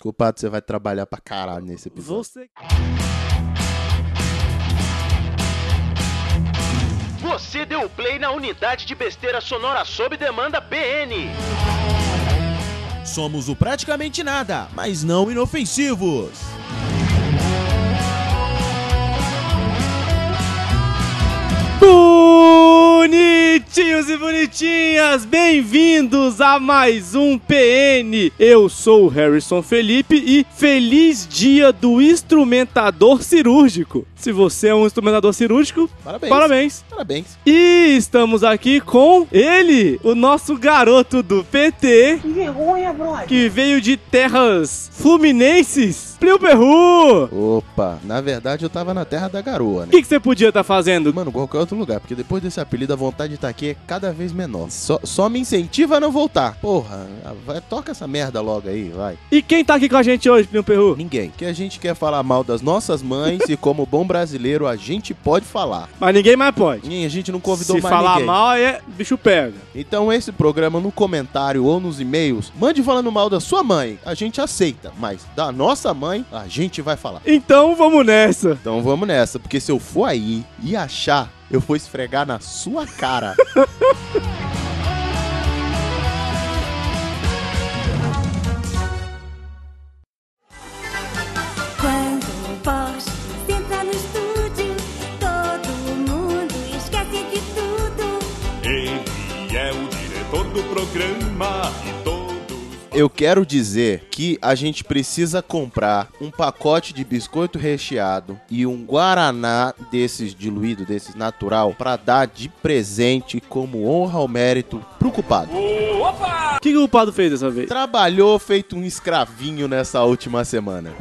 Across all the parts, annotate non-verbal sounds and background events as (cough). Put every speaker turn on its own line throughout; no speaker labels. Culpado, você vai trabalhar pra caralho nesse episódio.
Você.
Você deu play na unidade de besteira sonora sob demanda BN.
Somos o praticamente nada, mas não inofensivos. Bonitinhos e bonitinhas, bem-vindos a mais um PN. Eu sou o Harrison Felipe e feliz dia do instrumentador cirúrgico. Se você é um instrumentador cirúrgico,
Parabéns.
parabéns.
Parabéns.
E estamos aqui com ele, o nosso garoto do PT,
Que vergonha, brother.
que veio de terras fluminenses, Plio Perru. O
Opa, na verdade eu tava na terra da garoa, né?
que que você podia estar fazendo?
Mano, qualquer outro lugar, porque depois desse apelido a vontade de estar aqui é cada vez menor. Só, só me incentiva a não voltar. Porra, vai, toca essa merda logo aí, vai.
E quem tá aqui com a gente hoje, Plio Perru?
Ninguém. Que a gente quer falar mal das nossas mães (laughs) e como bom brasileiro a gente pode falar.
Mas ninguém mais pode.
E a gente não convidou
Se
mais
falar
ninguém.
mal, aí é bicho pega.
Então esse programa no comentário ou nos e-mails, mande falando mal da sua mãe, a gente aceita, mas da nossa mãe a gente vai falar.
Então vamos nessa.
Então vamos nessa, porque se eu for aí e achar, eu vou esfregar na sua
(laughs)
cara.
Quando o Bosch senta no estúdio, todo mundo esquece de tudo.
Ele é o diretor do programa e todos.
eu quero dizer que a gente precisa comprar um pacote de biscoito recheado e um guaraná desses diluído, desses natural, pra dar de presente como honra ao mérito pro culpado.
O que, que o Pado fez dessa vez?
Trabalhou feito um escravinho nessa última semana.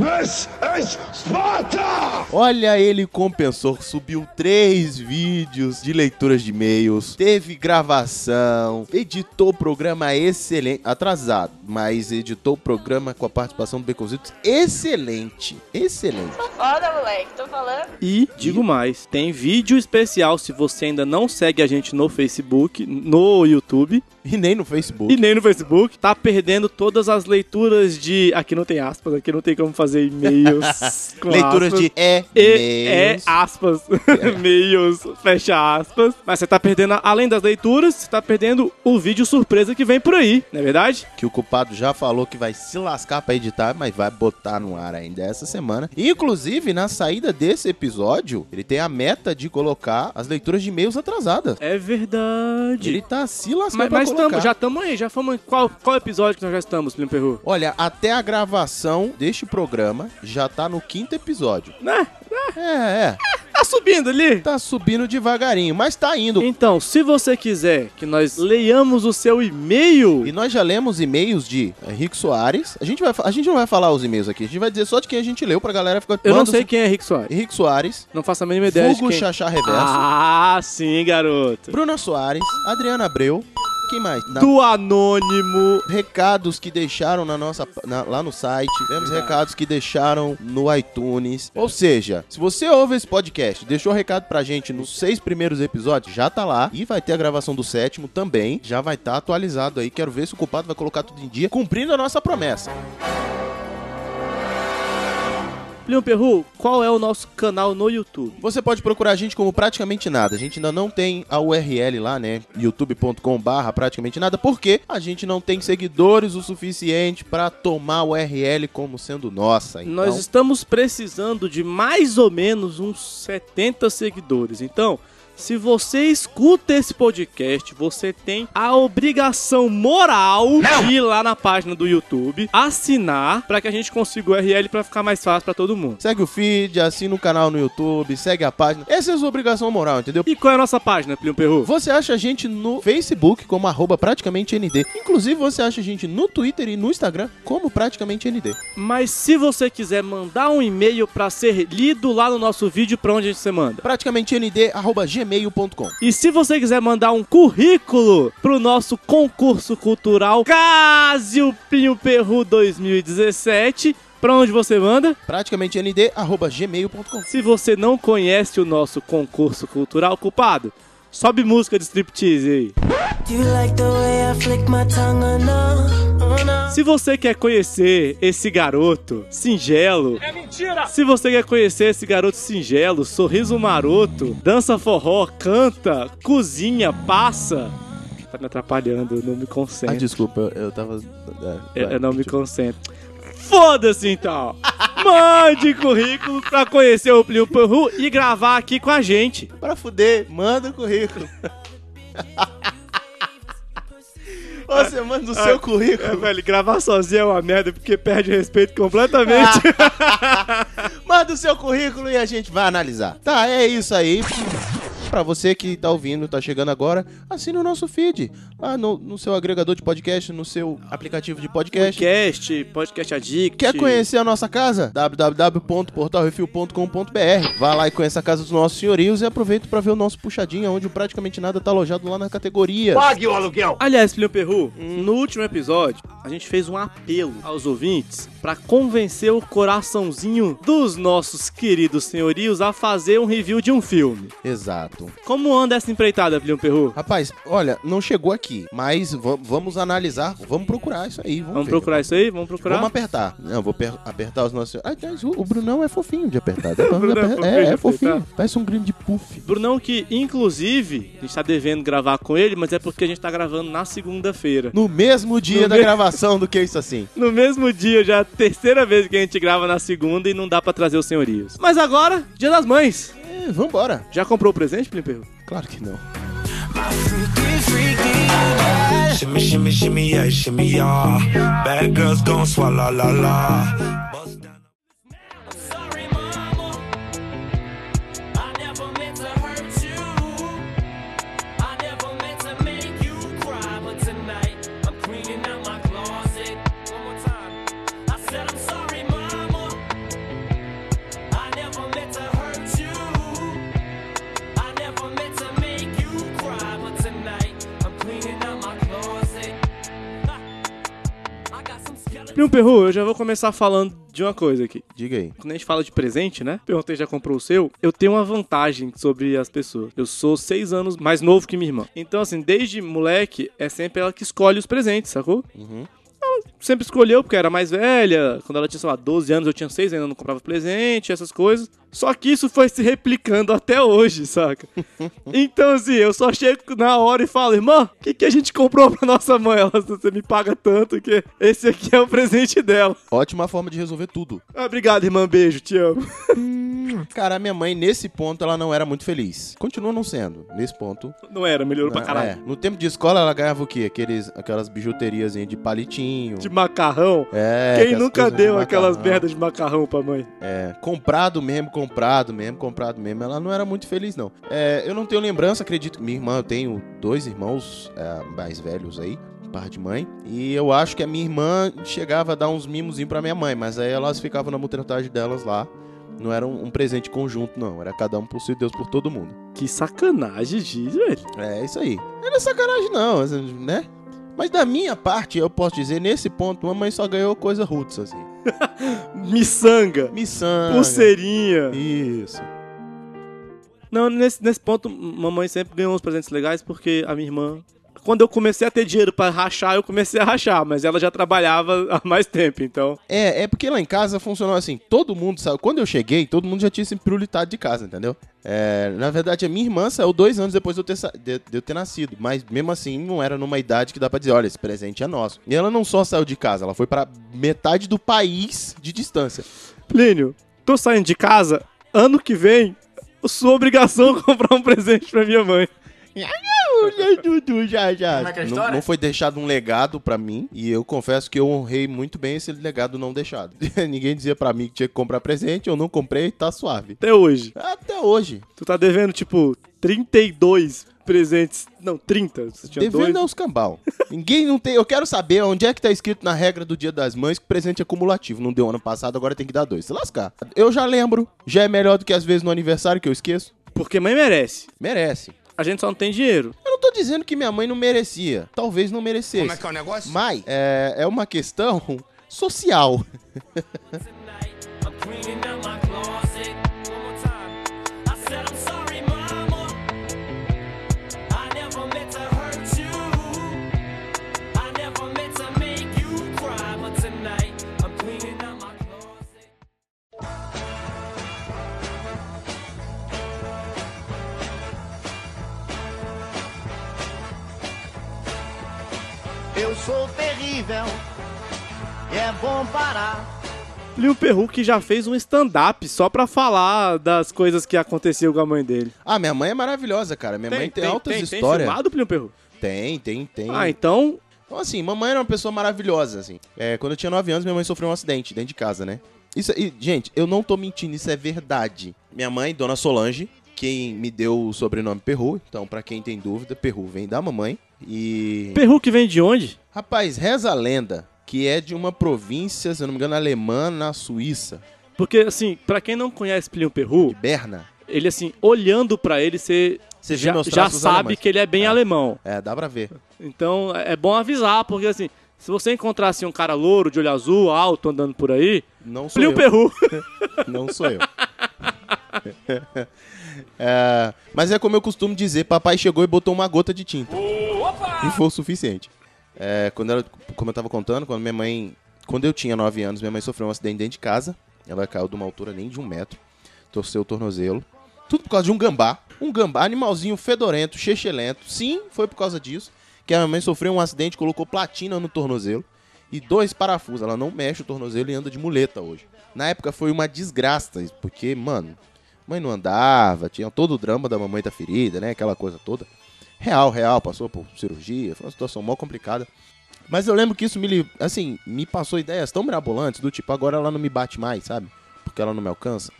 Olha, ele compensou, subiu três vídeos de leituras de e-mails, teve gravação, editou o programa excelente, atrasado, mas editou o programa com a participação do Beconzitos, excelente, excelente.
Foda, moleque, tô falando.
E digo mais, tem vídeo especial se você ainda não segue a gente no Facebook, no YouTube
E nem no
e
Facebook.
nem no Facebook. Tá perdendo todas as leituras de. Aqui não tem aspas, aqui não tem como fazer (laughs) e-mails. com
leituras
aspas.
de e-mails.
E, é, (laughs) aspas, e-mails, fecha aspas. Mas você tá perdendo, além das leituras, você tá perdendo o vídeo surpresa que vem por aí, não é verdade?
que o culpado já falou que vai se lascar pra editar, mas vai botar no ar ainda essa semana. Inclusive, na saída desse episódio, ele tem a meta de colocar as leituras de e-mails atrasadas.
É verdade.
Ele tá se lascando
Mas,
pra
mas
colocar.
tamo, já estamos aí, já fomos. Qual, qual episódio que nós já estamos, Plínio Perru?
Olha, até a gravação deste programa já tá no quinto episódio.
Né?
É, é.
Tá subindo ali?
Tá subindo devagarinho, mas tá indo.
Então, se você quiser que nós leiamos o seu e-mail,
E nós já lemos e-mails de Henrique Soares. A gente, vai, fa- a gente não vai falar os e-mails aqui, a gente vai dizer só de quem a gente leu pra galera ficar...
eu não
Manda
sei
os-
quem é Rick Soares.
Henrique Soares,
Não faço a mínima ideia
Hugo
de quem.
Chachá Reverso.
Ah, sim, garoto.
Bruna Soares, Adriana Abreu, quem mais? Na-
Do anônimo.
Recados que deixaram na nossa na- lá no site, temos recados que deixaram no iTunes. Ou seja, se você ouve esse podcast, deixou um recado pra gente nos seis primeiros episódios, já tá lá e vai ter a gravação do sétimo também, já vai estar atualizado aí. Quero ver se o culpado vai colocar tudo em dia, cumprindo a nossa promessa.
Plínio Perru, qual é o nosso canal no YouTube?
Você pode procurar a gente como praticamente nada. A gente ainda não tem a URL lá, né? youtube.com/barra praticamente nada, porque a gente não tem seguidores o suficiente pra tomar a URL como sendo nossa. Então,
Nós estamos precisando de mais ou menos uns 70 seguidores. Então, se você escuta esse podcast, você tem a obrigação moral de ir lá na página do YouTube, assinar pra que a gente consiga o URL pra ficar mais fácil pra todo mundo.
segue o feed, assina o canal no YouTube, segue a página. Essa é a sua obrigação moral, entendeu?
E qual é a nossa página, Plínio Perru?
Você acha a gente no Facebook como arroba praticamente ND. Inclusive, você acha a gente no Twitter e no Instagram como praticamente ND.
Mas se você quiser mandar um e-mail pra ser lido lá no nosso vídeo, pra onde a gente você manda?
Praticamente ND, arroba gmail.com.
E se você quiser mandar um currículo pro nosso concurso cultural Casio Pinho Perru 2017, pra onde você manda?
Praticamente ND, arroba gmail.com.
Se você não conhece o nosso concurso cultural, culpado, sobe música de striptease aí.
You like the way I flick my tongue or no? Oh no.
Se você quer conhecer esse garoto singelo. É mentira! Se você quer conhecer esse garoto singelo, sorriso maroto, dança forró, canta, cozinha, passa. Tá me atrapalhando, eu não me
Ah,
concentro.
desculpa, eu, eu tava. é,
eu,
vai,
eu não me
continua.
concentro. Foda-se (laughs) então! Mande currículo pra conhecer o Pliu Perru e gravar aqui com a gente.
Pra fuder, manda o currículo. Você manda o seu
É,
currículo.
velho, gravar sozinho é uma merda porque perde o respeito completamente. (laughs)
Manda o seu currículo e a gente vai analisar. Tá, é isso aí. Pra você que tá ouvindo, tá chegando agora, assina o nosso feed. Lá no, no seu agregador de podcast, no seu aplicativo de podcast.
podcast, podcast addict.
Quer conhecer a nossa casa? www.portalrefil.com.br Vá lá e conheça a casa dos nossos senhorios e aproveita pra ver o nosso puxadinho, onde o praticamente nada tá alojado lá na categoria.
Pague o aluguel.
Aliás, Plínio Perru, no último episódio, a gente fez um apelo aos ouvintes pra convencer o coraçãozinho dos nossos queridos senhorios a fazer um review de um filme.
Exato.
Como anda essa empreitada, Plínio Perru?
Rapaz, olha, não chegou aqui, mas va- vamos analisar, vamos procurar isso aí. Vamos,
Vamos
ver.
procurar isso aí? Vamos procurar?
Vamos apertar. Não, vou per- apertar os nossos. Ah, mas o, o Brunão é fofinho de apertar.
(laughs)
Dá pra-
Brunão é
dá pra-
fofinho
é,
de
é fofinho.
apertar.
Parece um grande puff.
Brunão, que inclusive a gente tá devendo gravar com ele, mas é porque a gente tá gravando na segunda-feira.
No mesmo dia
No
da
me-
gravação do que isso
(laughs)
assim.
No mesmo dia, já é a terceira vez que a gente grava na segunda e não dá pra trazer os senhorios. Mas agora, Dia das Mães.
É, vambora.
Já comprou o presente, Plínio Perru?
Claro que não.
Freaky, freaky. Shimmy, shimmy, shimmy, yeah, shimmy, yeah. Bad girls gon' swallow la la. Bust down.
Plínio Perru, eu já vou começar falando de uma coisa aqui.
Diga aí.
Quando a gente fala de presente, né? Perguntei, já comprou o seu? Eu tenho uma vantagem sobre as pessoas. Eu sou seis anos mais novo que minha irmã. Então, assim, desde moleque, é sempre ela que escolhe os presentes, sacou? Uhum. Ela sempre escolheu, porque era mais velha. Quando ela tinha, sei lá, 12 anos, eu tinha seis ainda não comprava presente, essas coisas. Só que isso foi se replicando até hoje, saca? então, assim, eu só chego na hora e falo, irmã, o que, que a gente comprou pra nossa mãe? Ela, você me paga tanto que esse aqui é o presente dela. (laughs)
Ótima forma de resolver tudo.
Ah, Obrigado, irmã. Beijo, te amo.
Cara, a minha mãe, nesse ponto, ela não era muito feliz. Continua não sendo. Nesse ponto.
Não era, melhorou pra caralho.
É. No tempo de escola, ela ganhava o quê? Aqueles, aquelas bijuterias de palitinho.
De macarrão.
É,
Tipo, Quem
aquelas
nunca
coisas de
deu aquelas
macarrão.
merdas de macarrão pra mãe?
É, comprado mesmo, comprado mesmo, comprado mesmo. Ela não era muito feliz, não. É, eu não tenho lembrança, acredito. que Minha irmã, eu tenho dois irmãos é, mais velhos aí, par de mãe. E eu acho que a minha irmã chegava a dar uns mimozinhos pra minha mãe, mas aí elas ficavam na mutretagem delas lá. Não era um, um presente conjunto, não. Era cada um por si, Deus por todo mundo.
Que sacanagem, Giz, velho.
É isso aí. Não era sacanagem, não, assim, né? Mas da minha parte, eu posso dizer, nesse ponto, mamãe só ganhou coisa roots, assim.
Miçanga,
Missão.
pulseirinha.
Isso.
Não, nesse, nesse ponto, mamãe sempre ganhou uns presentes legais porque a minha irmã. Quando eu comecei a ter dinheiro pra rachar, eu comecei a rachar, mas ela já trabalhava há mais tempo, então.
É, é porque lá em casa funcionou assim, todo mundo saiu. Quando eu cheguei, todo mundo já tinha se embrulhitado de casa, entendeu? É, na verdade, a minha irmã saiu dois anos depois de eu, ter, sa- de, de eu ter nascido. Mas mesmo assim, não era numa idade que dá pra dizer, olha, esse presente é nosso. E ela não só saiu de casa, ela foi pra metade do país de distância.
Plínio, tô saindo de casa, ano que vem, sua obrigação (laughs) é comprar um presente pra minha mãe.
já, já. Não, não foi deixado um legado pra mim. E eu confesso que eu honrei muito bem esse legado não deixado. (laughs) Ninguém dizia pra mim que tinha que comprar presente, eu não comprei, tá suave.
Até hoje.
Até hoje.
Tu tá devendo, tipo, 32 presentes. Não, 30. Você tinha
Devendo
dois.
aos cambal. Ninguém não tem. Eu quero saber onde é que tá escrito na regra do Dia das Mães que presente é cumulativo. Não deu ano passado, agora tem que dar dois. Se lascar. Eu já lembro. Já é melhor do que às vezes no aniversário que eu esqueço.
Porque mãe merece.
Merece.
A gente só não tem dinheiro.
Eu não tô dizendo que minha mãe não merecia. Talvez não merecesse. Como é que é o negócio? Mas é, é uma questão (laughs) social.
sou terrível. E é bom parar.
Lil Perru que já fez um stand-up só pra falar das coisas que aconteciam com a mãe dele.
Ah, minha mãe é maravilhosa, cara. Minha mãe tem, altas
Tem
histórias.
filmado, Lil Perru?
Tem, tem, tem.
Ah, então
Então, assim, mamãe era uma pessoa maravilhosa, assim. É, quando eu tinha 9 anos, minha mãe sofreu um acidente dentro de casa, né? Isso, e, gente, eu não tô mentindo, isso é verdade. Minha mãe, Dona Solange, quem me deu o sobrenome Perru, então, pra quem tem dúvida, Perru vem da mamãe. E.
Perru que vem de onde?
Rapaz, reza a lenda que é de uma província, se eu não me engano, alemã na Suíça,
Porque, assim, pra quem não conhece Plínio Perru,
Berna.
ele, assim, olhando pra ele, você
Você vê
já,
meus
já
traços
sabe
alemães.
que ele é bem
É.
alemão.
É, dá pra ver.
Então, é é bom avisar, porque, assim, se você encontrar, assim, um cara louro, de olho azul, alto, andando por aí,
Não sou
Plínio
eu.
Perru.
Não sou eu. (laughs) É, mas é como eu costumo dizer, papai chegou e botou uma gota de tinta. E foi o suficiente. É, quando ela- como eu tava contando, quando minha mãe. Quando eu tinha 9 anos, minha mãe sofreu um acidente dentro de casa. Ela caiu de uma altura nem de um metro. Torceu o tornozelo. Tudo por causa de um gambá. Um gambá, animalzinho fedorento, chechelento. Sim, foi por causa disso. Que a minha mãe sofreu um acidente, colocou platina no tornozelo e dois parafusos. Ela não mexe o tornozelo e anda de muleta hoje. Na época foi uma desgraça, isso, porque, mano, mãe não andava, tinha todo o drama da mamãe tá ferida, né? Aquela coisa toda. Real, real, passou por cirurgia, foi uma situação mó complicada. Mas eu lembro que isso me, li- assim, me passou ideias tão mirabolantes, do tipo, agora ela não me bate mais, sabe? Porque ela não me alcança.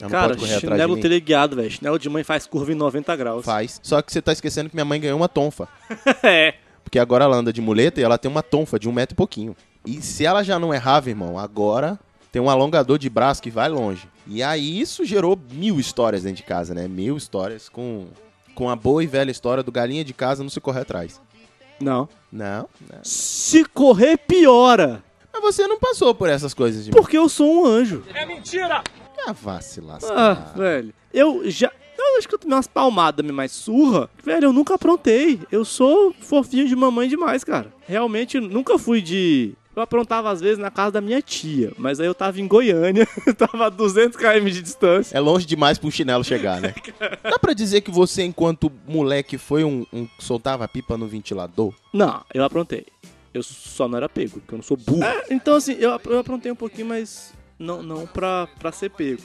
Ela não
Cara,
pode correr atrás de
chinelo
mim.
teleguiado, velho. Chinelo de mãe faz curva em 90 graus.
Faz. Só que você tá esquecendo que minha mãe ganhou uma tonfa.
(laughs) é.
Porque agora ela anda de muleta e ela tem uma tonfa de um metro e pouquinho. E se ela já não errava, irmão, agora tem um alongador de braço que vai longe. E aí isso gerou mil histórias dentro de casa, né? Mil histórias com, com a boa e velha história do galinha de casa não se correr atrás.
Não.
Não, não.
Se correr, piora.
Mas você não passou por essas coisas de
Porque eu sou um anjo.
Ah, vá se lascar.
Ah, velho. Eu já. Eu acho que eu tomei umas palmadas, mas surra. Velho, eu nunca aprontei. Eu sou fofinho de mamãe demais, cara. Realmente, eu nunca fui de. Eu aprontava às vezes na casa da minha tia, mas aí eu tava em Goiânia, (laughs) tava a 200 km de distância.
É longe demais pra um chinelo chegar, né? Dá pra dizer que você, enquanto moleque, foi um, um que soltava pipa no ventilador?
Não, eu aprontei. Eu só não era pego, porque eu não sou burro. então, assim, eu ap- eu aprontei um pouquinho, mas não, não pra, pra ser pego.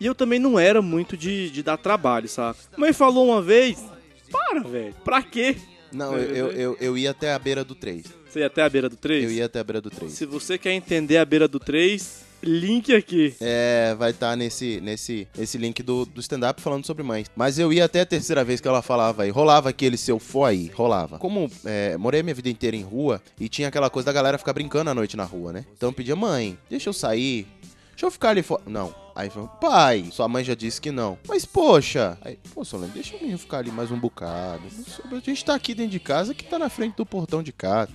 E eu também não era muito de, de dar trabalho, saca? Mãe falou uma vez: para, velho, pra quê?
Não, eu, eu, eu, eu ia até a beira do 3.
Você ia até a beira do 3?
Eu ia até a beira do 3.
Se você quer entender a beira do 3, link aqui.
É, vai estar nesse, nesse, nesse link do, do stand-up falando sobre mães. Mas eu ia até a terceira vez que ela falava aí. Rolava aquele seu foi, rolava. Como é, morei a minha vida inteira em rua e tinha aquela coisa da galera ficar brincando à noite na rua, né? Então eu pedia, mãe, deixa eu sair. Deixa eu ficar ali fora. Não. Aí falou, pai, sua mãe já disse que não. Mas poxa. Aí, pô, Solano, deixa eu ficar ali mais um bocado. A gente tá aqui dentro de casa que tá na frente do portão de casa.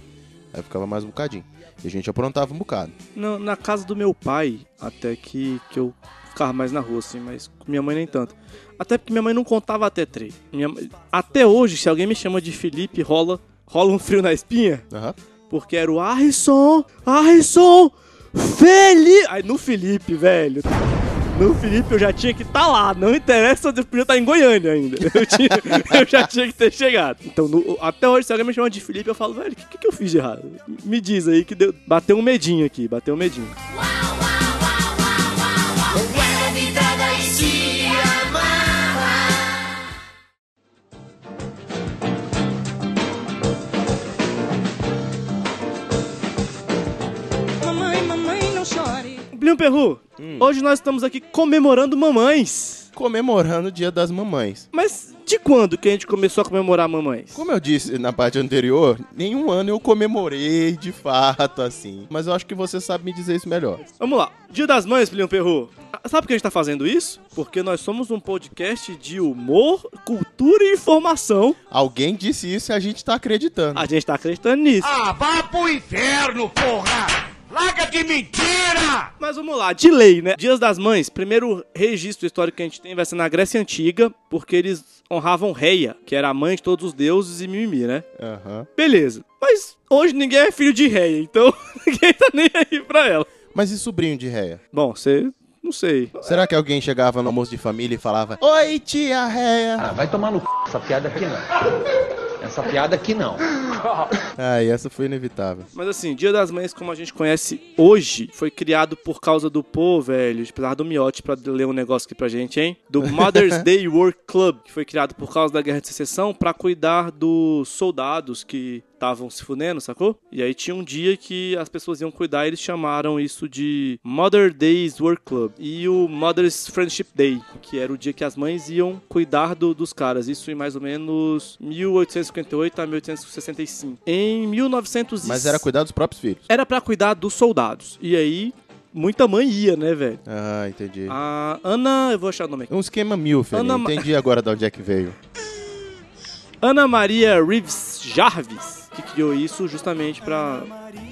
Aí ficava mais um bocadinho. E a gente aprontava um bocado.
Na, na casa do meu pai, até que, que eu ficava mais na rua, assim, mas com minha mãe nem tanto. Até porque minha mãe não contava até 3. Minha, mãe- até hoje, se alguém me chama de Felipe, rola, rola um frio na espinha.
Aham.
Porque era o Arrisson, Arrisson, Felipe. Aí no Felipe, velho. No Felipe eu já tinha que estar lá. Não interessa, eu podia estar em Goiânia ainda. Eu, tinha- eu já tinha que ter chegado. Então, no- até hoje, se alguém me chama de Felipe, eu falo, velho, o que, que eu fiz de errado? Me diz aí que deu. Bateu um medinho aqui, bateu um medinho.
Mamãe, mamãe, não chore.
Blinho Perru, hoje nós estamos aqui comemorando mamães.
Comemorando o dia das mamães.
Mas de quando que a gente começou a comemorar mamães?
Como eu disse na parte anterior, nenhum ano eu comemorei de fato assim. Mas eu acho que você sabe me dizer isso melhor.
Vamos lá. Dia das Mães, Plínio Perru. Ah, Sabe por que a gente tá fazendo isso? Porque nós somos um podcast de humor, cultura e informação.
Alguém disse isso e a gente tá acreditando.
A gente tá acreditando nisso.
Ah, vá pro inferno, porra! Larga de mentira!
Mas vamos lá, de lei, né? Dias das Mães, primeiro registro histórico que a gente tem vai ser na Grécia Antiga, porque eles honravam Reia, que era a mãe de todos os deuses e mimimi, né?
Aham.
Beleza. Mas hoje ninguém é filho de Reia, então (laughs) ninguém tá nem aí pra ela.
Mas e sobrinho de réia?
Bom, você... não sei.
Será que alguém chegava no almoço de família e falava: Oi, tia réia?
Ah, vai tomar no c... essa piada aqui não. Essa piada aqui não.
Ai, essa foi inevitável.
Mas assim, Dia das Mães, como a gente conhece hoje, foi criado por causa do pô, velho. Precisava do miote pra ler um negócio aqui pra gente, hein? Do Mother's Day Work Club, que foi criado por causa da Guerra de Secessão pra cuidar dos soldados que estavam se funendo, sacou? E aí tinha um dia que as pessoas iam cuidar e eles chamaram isso de Mother Day's Work Club e o Mother's Friendship Day, que era o dia que as mães iam cuidar do- dos caras. Isso em mais ou menos 1858 a 1865. Em 1900
Mas era cuidar dos próprios filhos.
era para cuidar dos soldados. E aí muita mãe ia, né, velho?
Ah, entendi.
A Ana, eu vou achar o nome aqui.
É Um esquema mil, Felipe.
Ana Ma-
Entendi agora de onde é que veio.
Ana Maria Reeves Jarvis, que criou isso justamente pra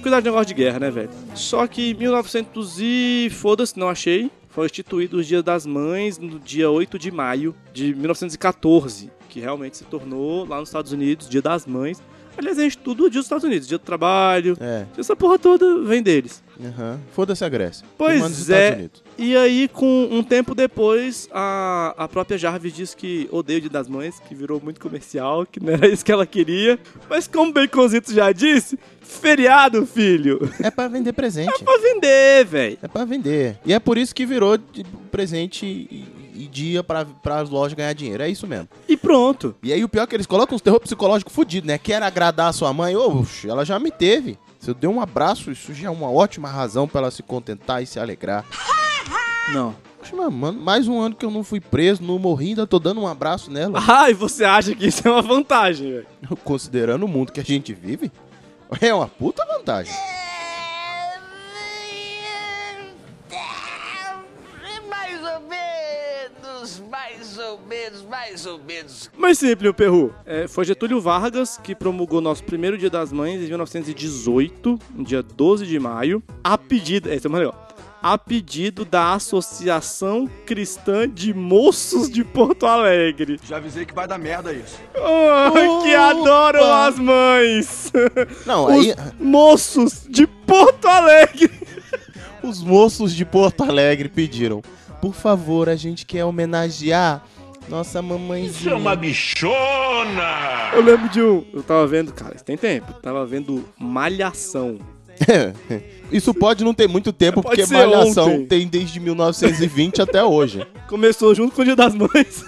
cuidar de negócio de guerra, né, velho? Só que em 1900 e foda-se, não achei. Foi instituído o Dia das Mães no dia 8 de maio de 1914, que realmente se tornou lá nos Estados Unidos Dia das Mães. Aliás, a gente tudo dia dos Estados Unidos, dia do trabalho,
É,
essa porra toda vem deles.
aham. Foda-se a Grécia.
Pois
Quem manda os
é.
Estados Unidos.
E aí, com um tempo depois, a, a própria Jarvis disse que odeia o Dia das Mães, que virou muito comercial, que não era (laughs) isso que ela queria. Mas como o Baconzito já disse, feriado, filho.
É pra vender presente.
Pra vender, velho.
É pra vender. E é por isso que virou de- presente e, e dia pra, as lojas ganhar dinheiro. É isso mesmo.
E pronto.
E aí o pior é que eles colocam uns terror psicológico fudido, né? Quer agradar a sua mãe? Ô, oxe, ela já me teve. Se eu dei um abraço, isso já é uma ótima razão pra ela se contentar e se alegrar.
Não.
Poxa, mas, mano, mais um ano que eu não fui preso, não morri, ainda tô dando um abraço nela. (laughs)
Ai, Ah, você acha que isso é uma vantagem, velho?
Considerando o mundo que a gente vive, é uma puta vantagem.
É Mais ou menos, mais ou menos, mais ou menos.
Mas sim, Plínio Perru. É, foi Getúlio Vargas que promulgou nosso primeiro Dia das Mães em 1918, no dia 12 de maio, a pedido. Esse é mais legal. A pedido da Associação Cristã de Moços de Porto Alegre.
Já avisei que vai dar merda isso.
Oh, que adoram as mães!
Não,
Os
aí
moços de Porto Alegre!
os moços de Porto Alegre pediram: por favor, a gente quer homenagear nossa mamãezinha. (laughs)
bichona!
Eu lembro de um. Eu tava vendo, cara, isso tem tempo. Tava vendo Malhação.
Isso pode não ter muito tempo,
Pode
porque
ser
Malhação
ontem.
tem desde 1920 até hoje.
Começou junto com o Dia das (laughs) Mães.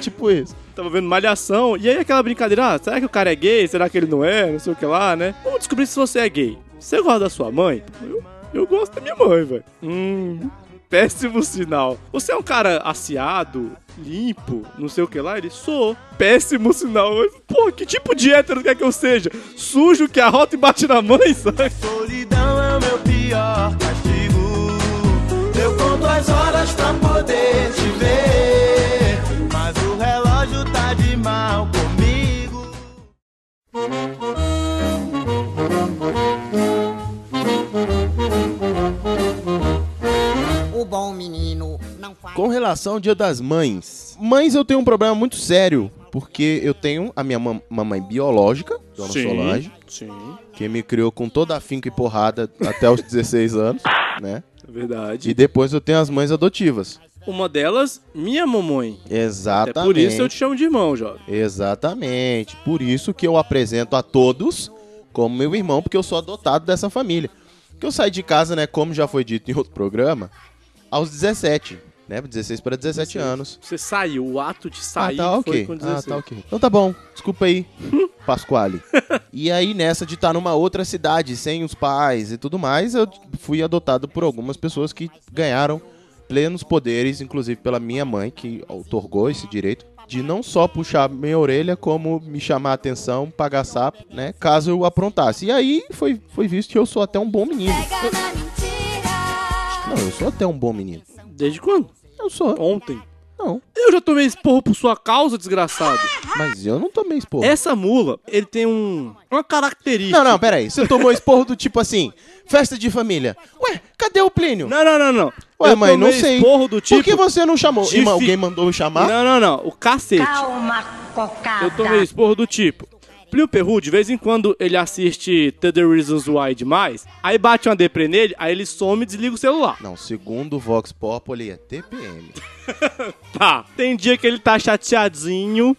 Tipo isso.
Tava vendo Malhação. E aí aquela brincadeira, ah, será que o cara é gay? Será que ele não é? Não sei o que lá, né? Vamos descobrir se você é gay. Você gosta da sua mãe? Eu, eu gosto da minha mãe, velho. Hum, péssimo sinal. Você é um cara assiado, limpo, não sei o que lá? Ele, sou. Péssimo sinal. Eu, Pô, que tipo de hétero quer que eu seja? Sujo, que arrota e bate na mãe, sabe?
Solidão é o meu pior castigo. Eu conto as horas pra poder te ver. Mas o relógio tá de mal comigo.
O bom menino não
(laughs)
faz.
Com relação ao Dia das Mães. Mães, eu tenho um problema muito sério. Porque eu tenho a minha mam- mamãe biológica, Dona Solange,
Sim,
que me criou com toda a finca e porrada até os 16 anos, né?
é verdade.
E depois eu tenho as mães adotivas.
Uma delas, minha mamãe. É
Exatamente.
por isso eu te chamo de irmão, jovem.
Exatamente. Por isso que eu apresento a todos como meu irmão, porque eu sou adotado dessa família. Que eu saí de casa, né, como já foi dito em outro programa, aos 17, né, 16 para 17 anos.
Você saiu, o ato de sair
ah, tá,
foi
ok.
com
Ah,
16.
tá, ok. Então tá bom. Desculpa aí, (laughs) Pasquale. e aí, nessa de estar numa outra cidade, sem os pais e tudo mais, eu fui adotado por algumas pessoas que ganharam plenos poderes, inclusive pela minha mãe, que outorgou esse direito de não só puxar minha orelha, como me chamar a atenção, pagar sapo, né? Caso eu aprontasse. E aí foi, foi visto que eu sou até um bom menino.
Pega na É mentira.
Não, eu sou até um bom menino.
Desde quando?
Eu sou.
Ontem.
Não.
Eu já tomei esse porro por sua causa, desgraçado.
Mas eu não tomei esporro.
Essa mula, ele tem um. Uma característica.
Não, não, peraí. Você tomou esporro do tipo assim, festa de família. Ué, cadê o Plínio?
Não, não, não, não.
Ué,
Eu
mãe, não
tomei
sei.
esporro do tipo.
Por que você não chamou?
de
Irmão,
fi-
alguém mandou eu chamar?
Não, não, não. O cacete.
Calma, cocada.
Eu tomei esporro do tipo. Plinio Perru, de vez em quando, ele assiste The, The Reasons Why demais, aí bate uma deprê nele, aí ele some e desliga o celular.
Não, segundo o Vox Populi é TPM.
Tá. Tem dia que ele tá chateadinho,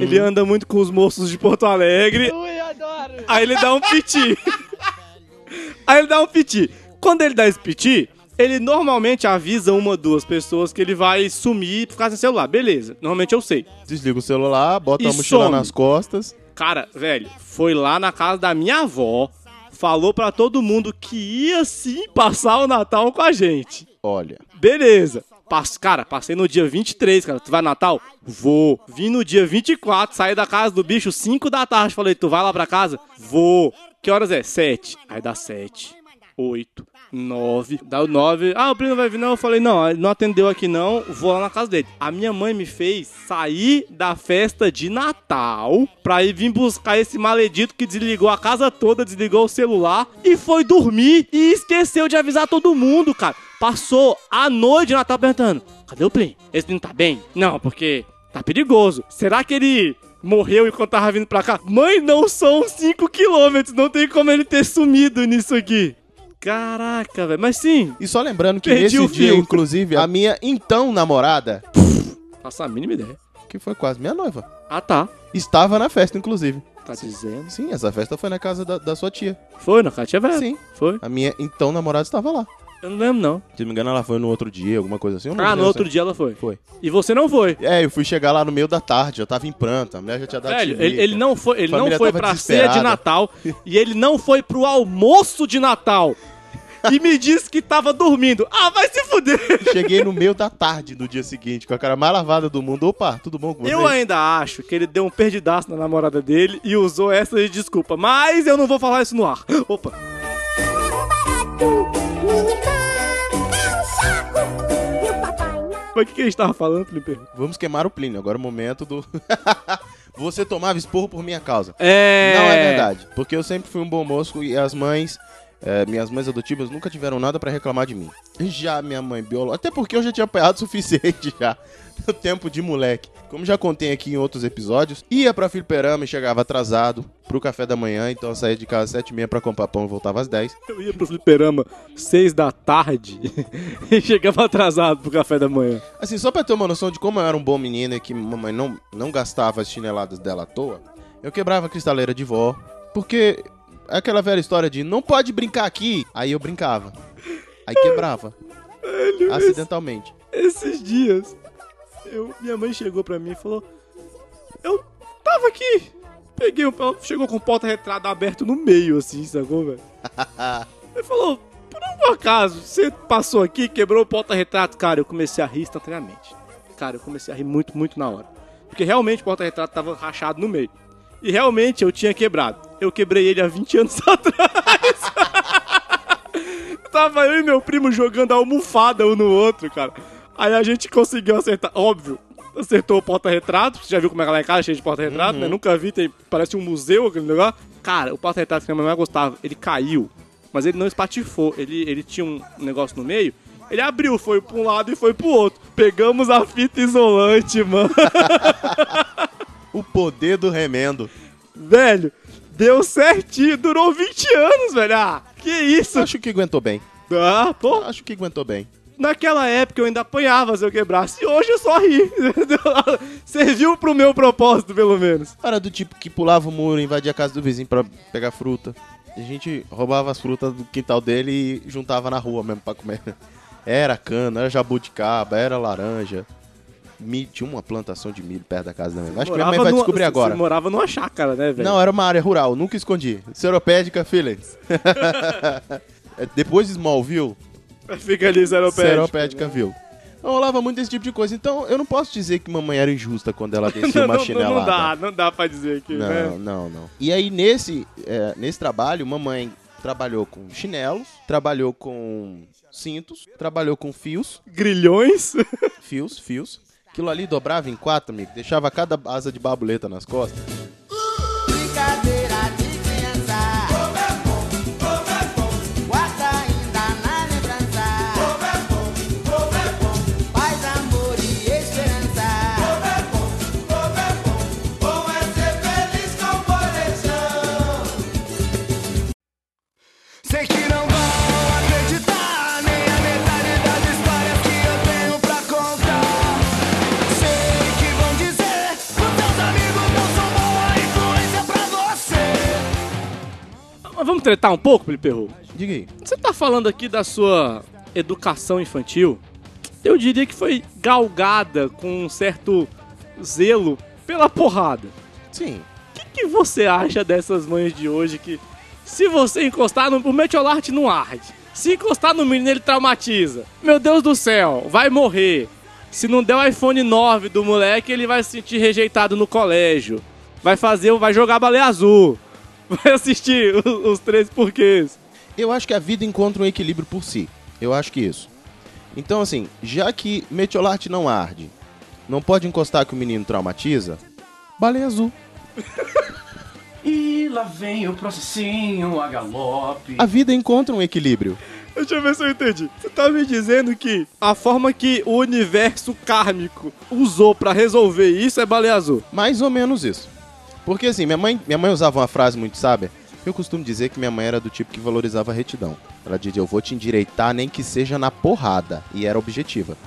ele anda muito com os moços de Porto Alegre,
Ui, adoro.
aí ele dá um piti.
(laughs)
aí ele dá um piti. Quando ele dá esse piti, ele normalmente avisa uma ou duas pessoas que ele vai sumir e ficar sem celular. Beleza, normalmente eu sei.
Desliga o celular, bota
E
a mochila
some.
nas costas.
Cara, velho, foi lá na casa da minha avó, falou pra todo mundo que ia sim passar o Natal com a gente.
Olha,
Beleza. Pass- cara, passei no dia 23, cara. Tu vai Natal? Vou. Vim no dia 24, saí da casa do bicho 5 da tarde. Falei, tu vai lá pra casa? Vou. Que horas é? 7. Aí dá 7. 8. 9. Dá o 9. Ah, o primo vai vir não. Eu falei, não, ele não atendeu aqui não. Vou lá na casa dele. A minha mãe me fez sair da festa de Natal pra ir vir buscar esse maledito que desligou a casa toda, desligou o celular e foi dormir e esqueceu de avisar todo mundo, cara. Passou a noite de Natal perguntando: cadê o Plin? Esse menino tá bem? Não, porque tá perigoso. Será que ele morreu enquanto tava vindo pra cá? Mãe, não são 5 quilômetros, não tem como ele ter sumido nisso aqui. Caraca, velho, mas sim.
e só lembrando que
Perdi
nesse
o
dia,
fio.
inclusive, a minha então namorada,
Faço a mínima ideia.
que foi quase minha noiva,
Ah, tá.
estava na festa, inclusive.
Tá dizendo?
Sim, essa festa foi na casa da, da sua tia.
Foi na Cátia Velha?
Sim.
Foi?
A minha então namorada estava lá.
Eu não lembro, não.
Se não me engano, ela foi no outro dia, alguma coisa assim. eu não
Ah,
lembro
no outro
assim.
dia ela foi.
Foi.
E você não foi.
É, eu fui chegar lá no meio da tarde, eu tava em planta, a mulher já tinha dado
Velho,
chilique.
ele, ele não foi, ele não
Família
foi
tava
pra ceia de
desesperada.
Natal e ele não foi pro almoço de Natal. E me disse que tava dormindo. Ah, vai se fuder!
Cheguei no meio da tarde do dia seguinte, com a cara mais lavada do mundo. Opa, tudo bom com você?
Eu ainda acho que ele deu um perdidaço na namorada dele e usou essa de desculpa, mas eu não vou falar isso no ar. Opa! Mas o que, que a gente tava falando, Felipe?
Vamos queimar o Plínio, agora é o momento do... (laughs) você tomava esporro por minha causa.
É.
Não é verdade, porque eu sempre fui um bom moço e as mães... é, minhas mães adotivas nunca tiveram nada pra reclamar de mim. Já minha mãe biológica. Até porque eu já tinha apanhado (laughs) o suficiente já. No tempo de moleque. Como já contei aqui em outros episódios, ia pra fliperama e chegava atrasado pro café da manhã. Então eu saía de casa às 7h30 pra comprar pão e voltava às 10.
Eu ia pro fliperama seis da tarde (laughs) e chegava atrasado pro café da manhã.
Assim, só pra ter uma noção de como eu era um bom menino e que mamãe não, não gastava as chineladas dela à toa, eu quebrava a cristaleira de vó, porque é aquela velha história de não pode brincar aqui, aí eu brincava. Aí quebrava, acidentalmente.
Esses dias, eu- minha mãe chegou pra mim e falou: Eu tava aqui. Peguei um. ela Chegou com o porta-retrato aberto no meio, assim, sacou, velho? Ele falou: Por algum acaso, você passou aqui, quebrou o porta-retrato. Cara, eu comecei a rir instantaneamente. Cara, eu comecei a rir muito, muito na hora. Porque realmente o porta-retrato tava rachado no meio. E realmente eu tinha quebrado. Eu quebrei ele há 20 anos (laughs) atrás. Tava eu e meu primo jogando a almofada um no outro, cara. Aí a gente conseguiu acertar, óbvio. Acertou o porta-retrato, você já viu como é que é lá em casa, cheio de porta-retrato, né? Nunca vi, tem, parece um museu aquele negócio. Cara, o porta-retrato que a minha mãe mais gostava, ele caiu, mas ele não espatifou, ele, ele tinha um negócio no meio, ele abriu, foi pra um lado e foi pro outro. Pegamos a fita isolante, (laughs) mano.
O poder do remendo.
velho, deu certinho, durou 20 anos, velho. Ah, que isso?
Acho que aguentou bem.
Ah, pô.
Acho que aguentou bem.
Naquela época eu ainda apanhava se eu quebrasse. E hoje eu só ri. (laughs) entendeu? Serviu pro meu propósito, pelo menos.
Era do tipo que pulava o muro, invadia a casa do vizinho pra pegar fruta. A gente roubava as frutas do quintal dele e juntava na rua mesmo pra comer. (laughs) Era cana, era jabuticaba, era laranja. Mi- Tinha uma plantação de milho perto da casa da minha mãe. Acho que minha mãe vai
numa-
descobrir agora.
Você morava numa chácara, né, velho?
Não, era uma área rural, nunca escondi. Seropédica
(laughs)
Phillips. É, Depois de Smallville,
(laughs) Fica ali, seropédica.
Seropédica Ville. Eu rolava muito esse tipo de coisa, então eu não posso dizer que mamãe era injusta quando
(laughs)
ela descia
(laughs) Não,
uma
não, não,
chinelada.
não dá, não dá pra dizer aqui,
Não,
né?
não, não. E aí, nesse, é, nesse trabalho, mamãe trabalhou com chinelos, trabalhou com cintos, trabalhou com fios,
Grilhões? (laughs)
fios, fios. Aquilo ali dobrava em quatro, amigo, deixava cada asa de babuleta nas costas.
Brincadeira de criança. Como é bom, como é bom. Guarda ainda na lembrança. Como é bom, como é bom. Paz, amor e esperança. Como é bom, como é bom. Bom é ser feliz com poder
tretar um pouco, Felipe Perro?
Diga aí.
Você tá falando aqui da sua educação infantil. Eu diria que foi galgada com um certo zelo pela porrada.
Sim.
O que, que você acha dessas mães de hoje que se você encostar no o Metiolarte não arde. Se encostar no menino ele traumatiza. Meu Deus do céu, vai morrer. Se não der o iPhone 9 do moleque, ele vai se sentir rejeitado no colégio. Vai fazer, vai jogar baleia azul. (laughs) Vai assistir o- os três porquês.
Eu acho que a vida encontra um equilíbrio por si. Eu acho que isso. Então, assim, já que Metiolate não arde, não pode encostar que o menino traumatiza, baleia azul.
E lá vem o processinho a galope.
A vida encontra um equilíbrio.
Deixa eu ver se eu entendi. Você tá me dizendo que a forma que o universo kármico usou pra resolver isso é baleia azul.
Mais ou menos isso. Porque assim, minha mãe, minha mãe usava uma frase muito sábia. Eu costumo dizer que minha mãe era do tipo que valorizava a retidão. Ela dizia, eu vou te endireitar nem que seja na porrada. E era objetiva.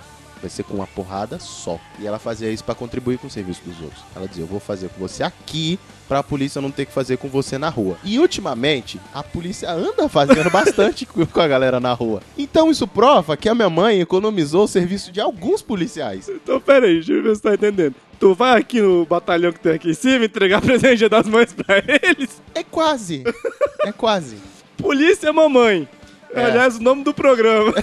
Vai ser com uma porrada só. E ela fazia isso pra contribuir com o serviço dos outros. Ela dizia, eu vou fazer com você aqui pra a polícia não ter que fazer com você na rua. E ultimamente, a polícia anda fazendo bastante com com a galera na rua. Então isso prova que a minha mãe economizou o serviço de alguns policiais.
Então, pera aí, deixa eu ver se tá entendendo. Tu vai aqui no batalhão que tem aqui em cima entregar (laughs) presente de das mães pra eles?
É quase. É quase.
Polícia Mamãe.
É.
Aliás, o nome
(laughs)
do programa.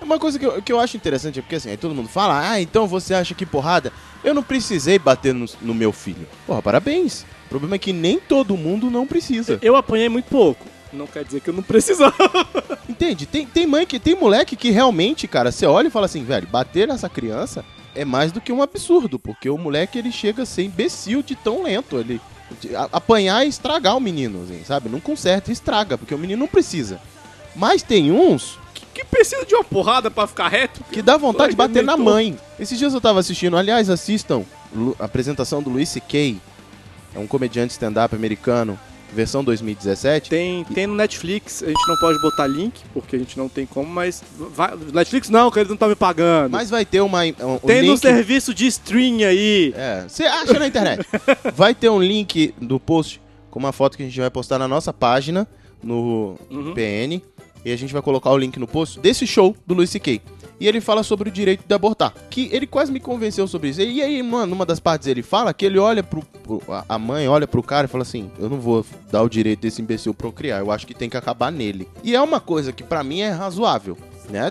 É Uma coisa que eu, que eu acho interessante é porque assim, aí todo mundo fala, ah, então você acha que porrada? Eu não precisei bater no, no meu filho. Porra, parabéns. O problema é que nem todo mundo não precisa.
Eu apanhei muito pouco. Não quer dizer que eu não precisava. (laughs)
Entende? Tem, tem mãe que. Tem moleque que realmente, cara, você olha e fala assim, velho, bater nessa criança é mais do que um absurdo, porque o moleque ele chega a ser imbecil de tão lento. Ele de a- apanhar e estragar o menino, assim, sabe? Não conserta, estraga, porque o menino não precisa. Mas tem uns
Que, que precisa de uma porrada pra ficar reto?
Que dá vontade de
Olha,
bater na
aumentou.
mãe. Esses dias eu tava assistindo, aliás, assistam Lu- a apresentação do Luis C.K. É um comediante stand-up americano, versão 2017.
Tem, tem no Netflix, a gente não pode botar link, porque a gente não tem como, mas. vai- Netflix não, que eles não estão me pagando.
Mas vai ter uma. Um, um
tem no
link...
serviço de stream aí.
É, você acha na
(laughs)
internet. vai ter um link do post com uma foto que a gente vai postar na nossa página, no
Uhum.
PN. E a gente vai colocar o link no post desse show do Luis C.K. E ele fala sobre o direito de abortar. Que ele quase me convenceu sobre isso. E aí, mano, numa das partes ele fala que ele olha pro. pro- a- a mãe olha pro cara e fala assim: Eu não vou dar o direito desse imbecil procriar. Eu acho que tem que acabar nele. E é uma coisa que pra mim é razoável. Né?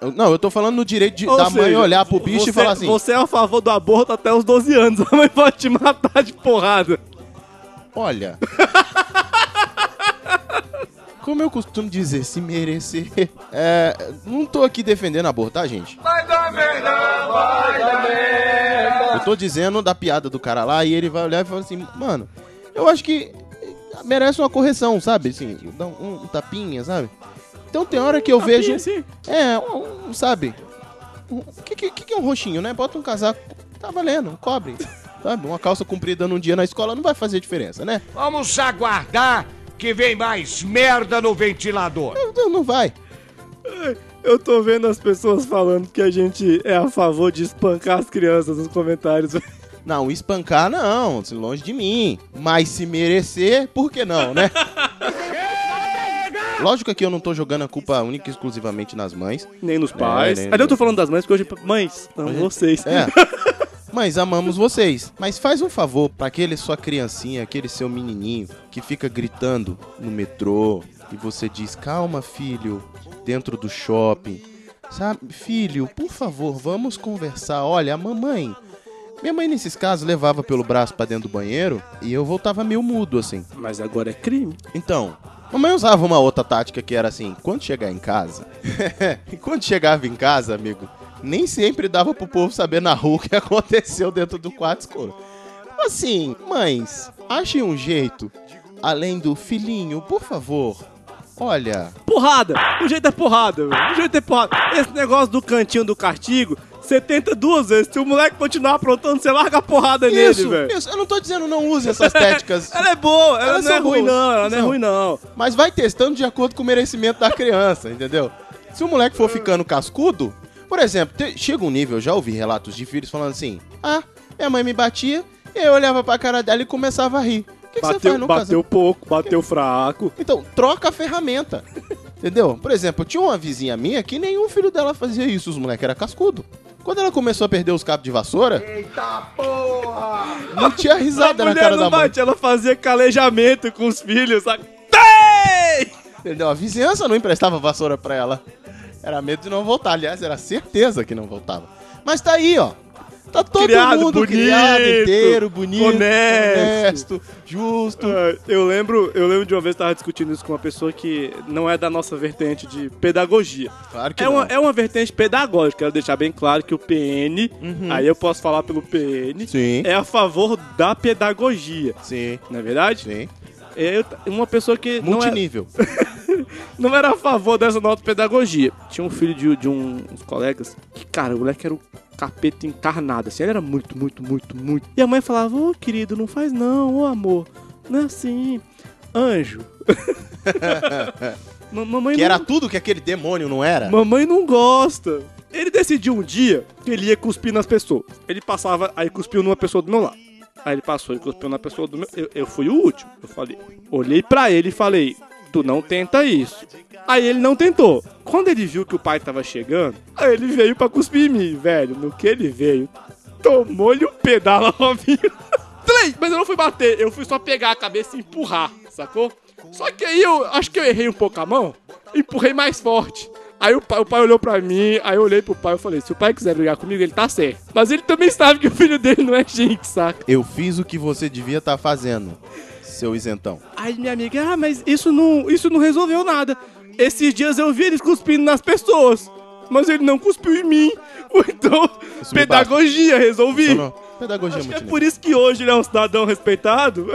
Eu- Não, eu tô falando no direito de-
Ou
da mãe
seja,
olhar pro bicho
você-
e falar assim:
Você é a favor do aborto até os 12 anos, (laughs) a mãe pode te matar de porrada.
Olha. Como eu costumo dizer, se merecer. É, não tô aqui defendendo abortar, gente. Eu tô dizendo da piada do cara lá e ele vai olhar e fala assim, mano, eu acho que merece uma correção, sabe? Assim, dá um, um tapinha, sabe? Então tem hora que eu (laughs) vejo.
Assim,
É, um, um, sabe? O que, que, que é um roxinho, né? Bota um casaco, tá valendo, um cobre. Sabe? Uma calça comprida num dia na escola não vai fazer diferença, né?
Vamos aguardar que vem mais merda no ventilador.
Não, não vai.
eu tô vendo as pessoas falando que a gente é a favor de espancar as crianças nos comentários.
Não, espancar não, se longe de mim. Mas se merecer, por que não, né? Lógico que eu não tô jogando a culpa única e exclusivamente nas mães.
(laughs) É, Nem nos pais.
nem-
Ali eu tô falando das mães, porque hoje. Mães, não, vocês. (laughs)
É. Mas amamos vocês. Mas faz um favor pra aquele sua criancinha, aquele seu menininho que fica gritando no metrô e você diz: "Calma, filho", dentro do shopping. Sabe, filho, por favor, vamos conversar. Olha, a mamãe. Minha mãe nesses casos levava pelo braço pra dentro do banheiro e eu voltava meio mudo assim.
Mas agora é crime.
Então, mamãe usava uma outra tática que era assim: quando chegar em casa. (laughs) e quando chegava em casa, amigo, nem sempre dava pro povo saber na rua o que (laughs) aconteceu dentro do quarto escuro. Assim, mães, achem um jeito, além do filhinho, por favor. Olha,
Porrada! O jeito é porrada, velho. O jeito é porrada. Esse negócio do cantinho do castigo, você tenta duas vezes. Se o moleque continuar aprontando, você larga a porrada
isso,
nele, velho.
isso, eu não tô dizendo não use essas (laughs) táticas,
Ela é boa, ela
Elas
não é
são
ruim,
boas.
não. Ela não é
São.
ruim, não.
mas vai testando de acordo com o merecimento da criança, entendeu? Se o moleque for ficando cascudo, por exemplo, te- chega um nível, eu já ouvi relatos de filhos falando assim: ah, minha mãe me batia Eu olhava pra cara dela e começava a rir. O que, que você faz
Bateu,
no
bateu pouco, bateu fraco.
Então, troca a ferramenta. Entendeu? Por exemplo, tinha uma vizinha minha que nenhum filho dela fazia isso, os moleques eram cascudo. Quando ela começou a perder os cabos de vassoura. Eita porra! Não tinha risada
a
na
mulher
cara
não
da mãe.
bate, ela fazia calejamento com os filhos, sabe?
Entendeu? A vizinhança não emprestava vassoura pra ela. Era medo de não voltar. Aliás, era certeza que não voltava. Mas tá aí, ó. Tá todo
Criado,
mundo
bonito,
criado, inteiro, bonito,
honesto.
honesto justo.
Ah, eu lembro, eu lembro de uma vez que tava discutindo isso com uma pessoa que não é da nossa vertente de pedagogia.
Claro que
É
não.
uma, é uma vertente pedagógica, quero deixar bem claro que o PN, aí eu posso falar pelo PN,
Sim.
é a favor da pedagogia,
Sim,
não é verdade? É,
sim.
Eu- uma pessoa que não é,
Multinível.
(laughs) não era a favor dessa nota pedagogia. Tinha um filho de, de um- uns colegas que, cara, o moleque era o capeta encarnado, assim, ele era muito, muito, muito, muito. E a mãe falava, ô querido, não faz não, ô amor, não é assim, anjo. (laughs) Ma- mamãe
Que
não-
era tudo que aquele demônio não era.
Mamãe não gosta. Ele decidiu um dia que ele ia cuspir nas pessoas. Ele passava, aí cuspiu numa pessoa do meu lado. Aí ele passou e cuspiu na pessoa do meu. Eu, eu fui o último. Eu falei, olhei pra ele e falei, tu não tenta isso. Aí ele não tentou. Quando ele viu que o pai tava chegando, aí ele veio pra cuspir em mim, velho. No que ele veio, tomou-lhe o pedala (laughs) Robinho. Três! Mas eu não fui bater, eu fui só pegar a cabeça e empurrar, sacou? Só que aí eu acho que eu errei um pouco a mão, empurrei mais forte. Aí o pai, o pai olhou pra mim, aí eu olhei pro pai e falei: se o pai quiser brigar comigo, ele tá certo. Mas ele também sabe que o filho dele não é gente, saca?
Eu fiz o que você devia estar fazendo, seu isentão.
Aí minha amiga, ah, mas isso não, isso não resolveu nada. Esses dias eu vi eles cuspindo nas pessoas, mas ele não cuspiu em mim. (laughs) Ou então,
Isso me
pedagogia, resolvi.
Isso não. Pedagogia
Acho que é
multinível.
por isso que hoje ele é um cidadão respeitado.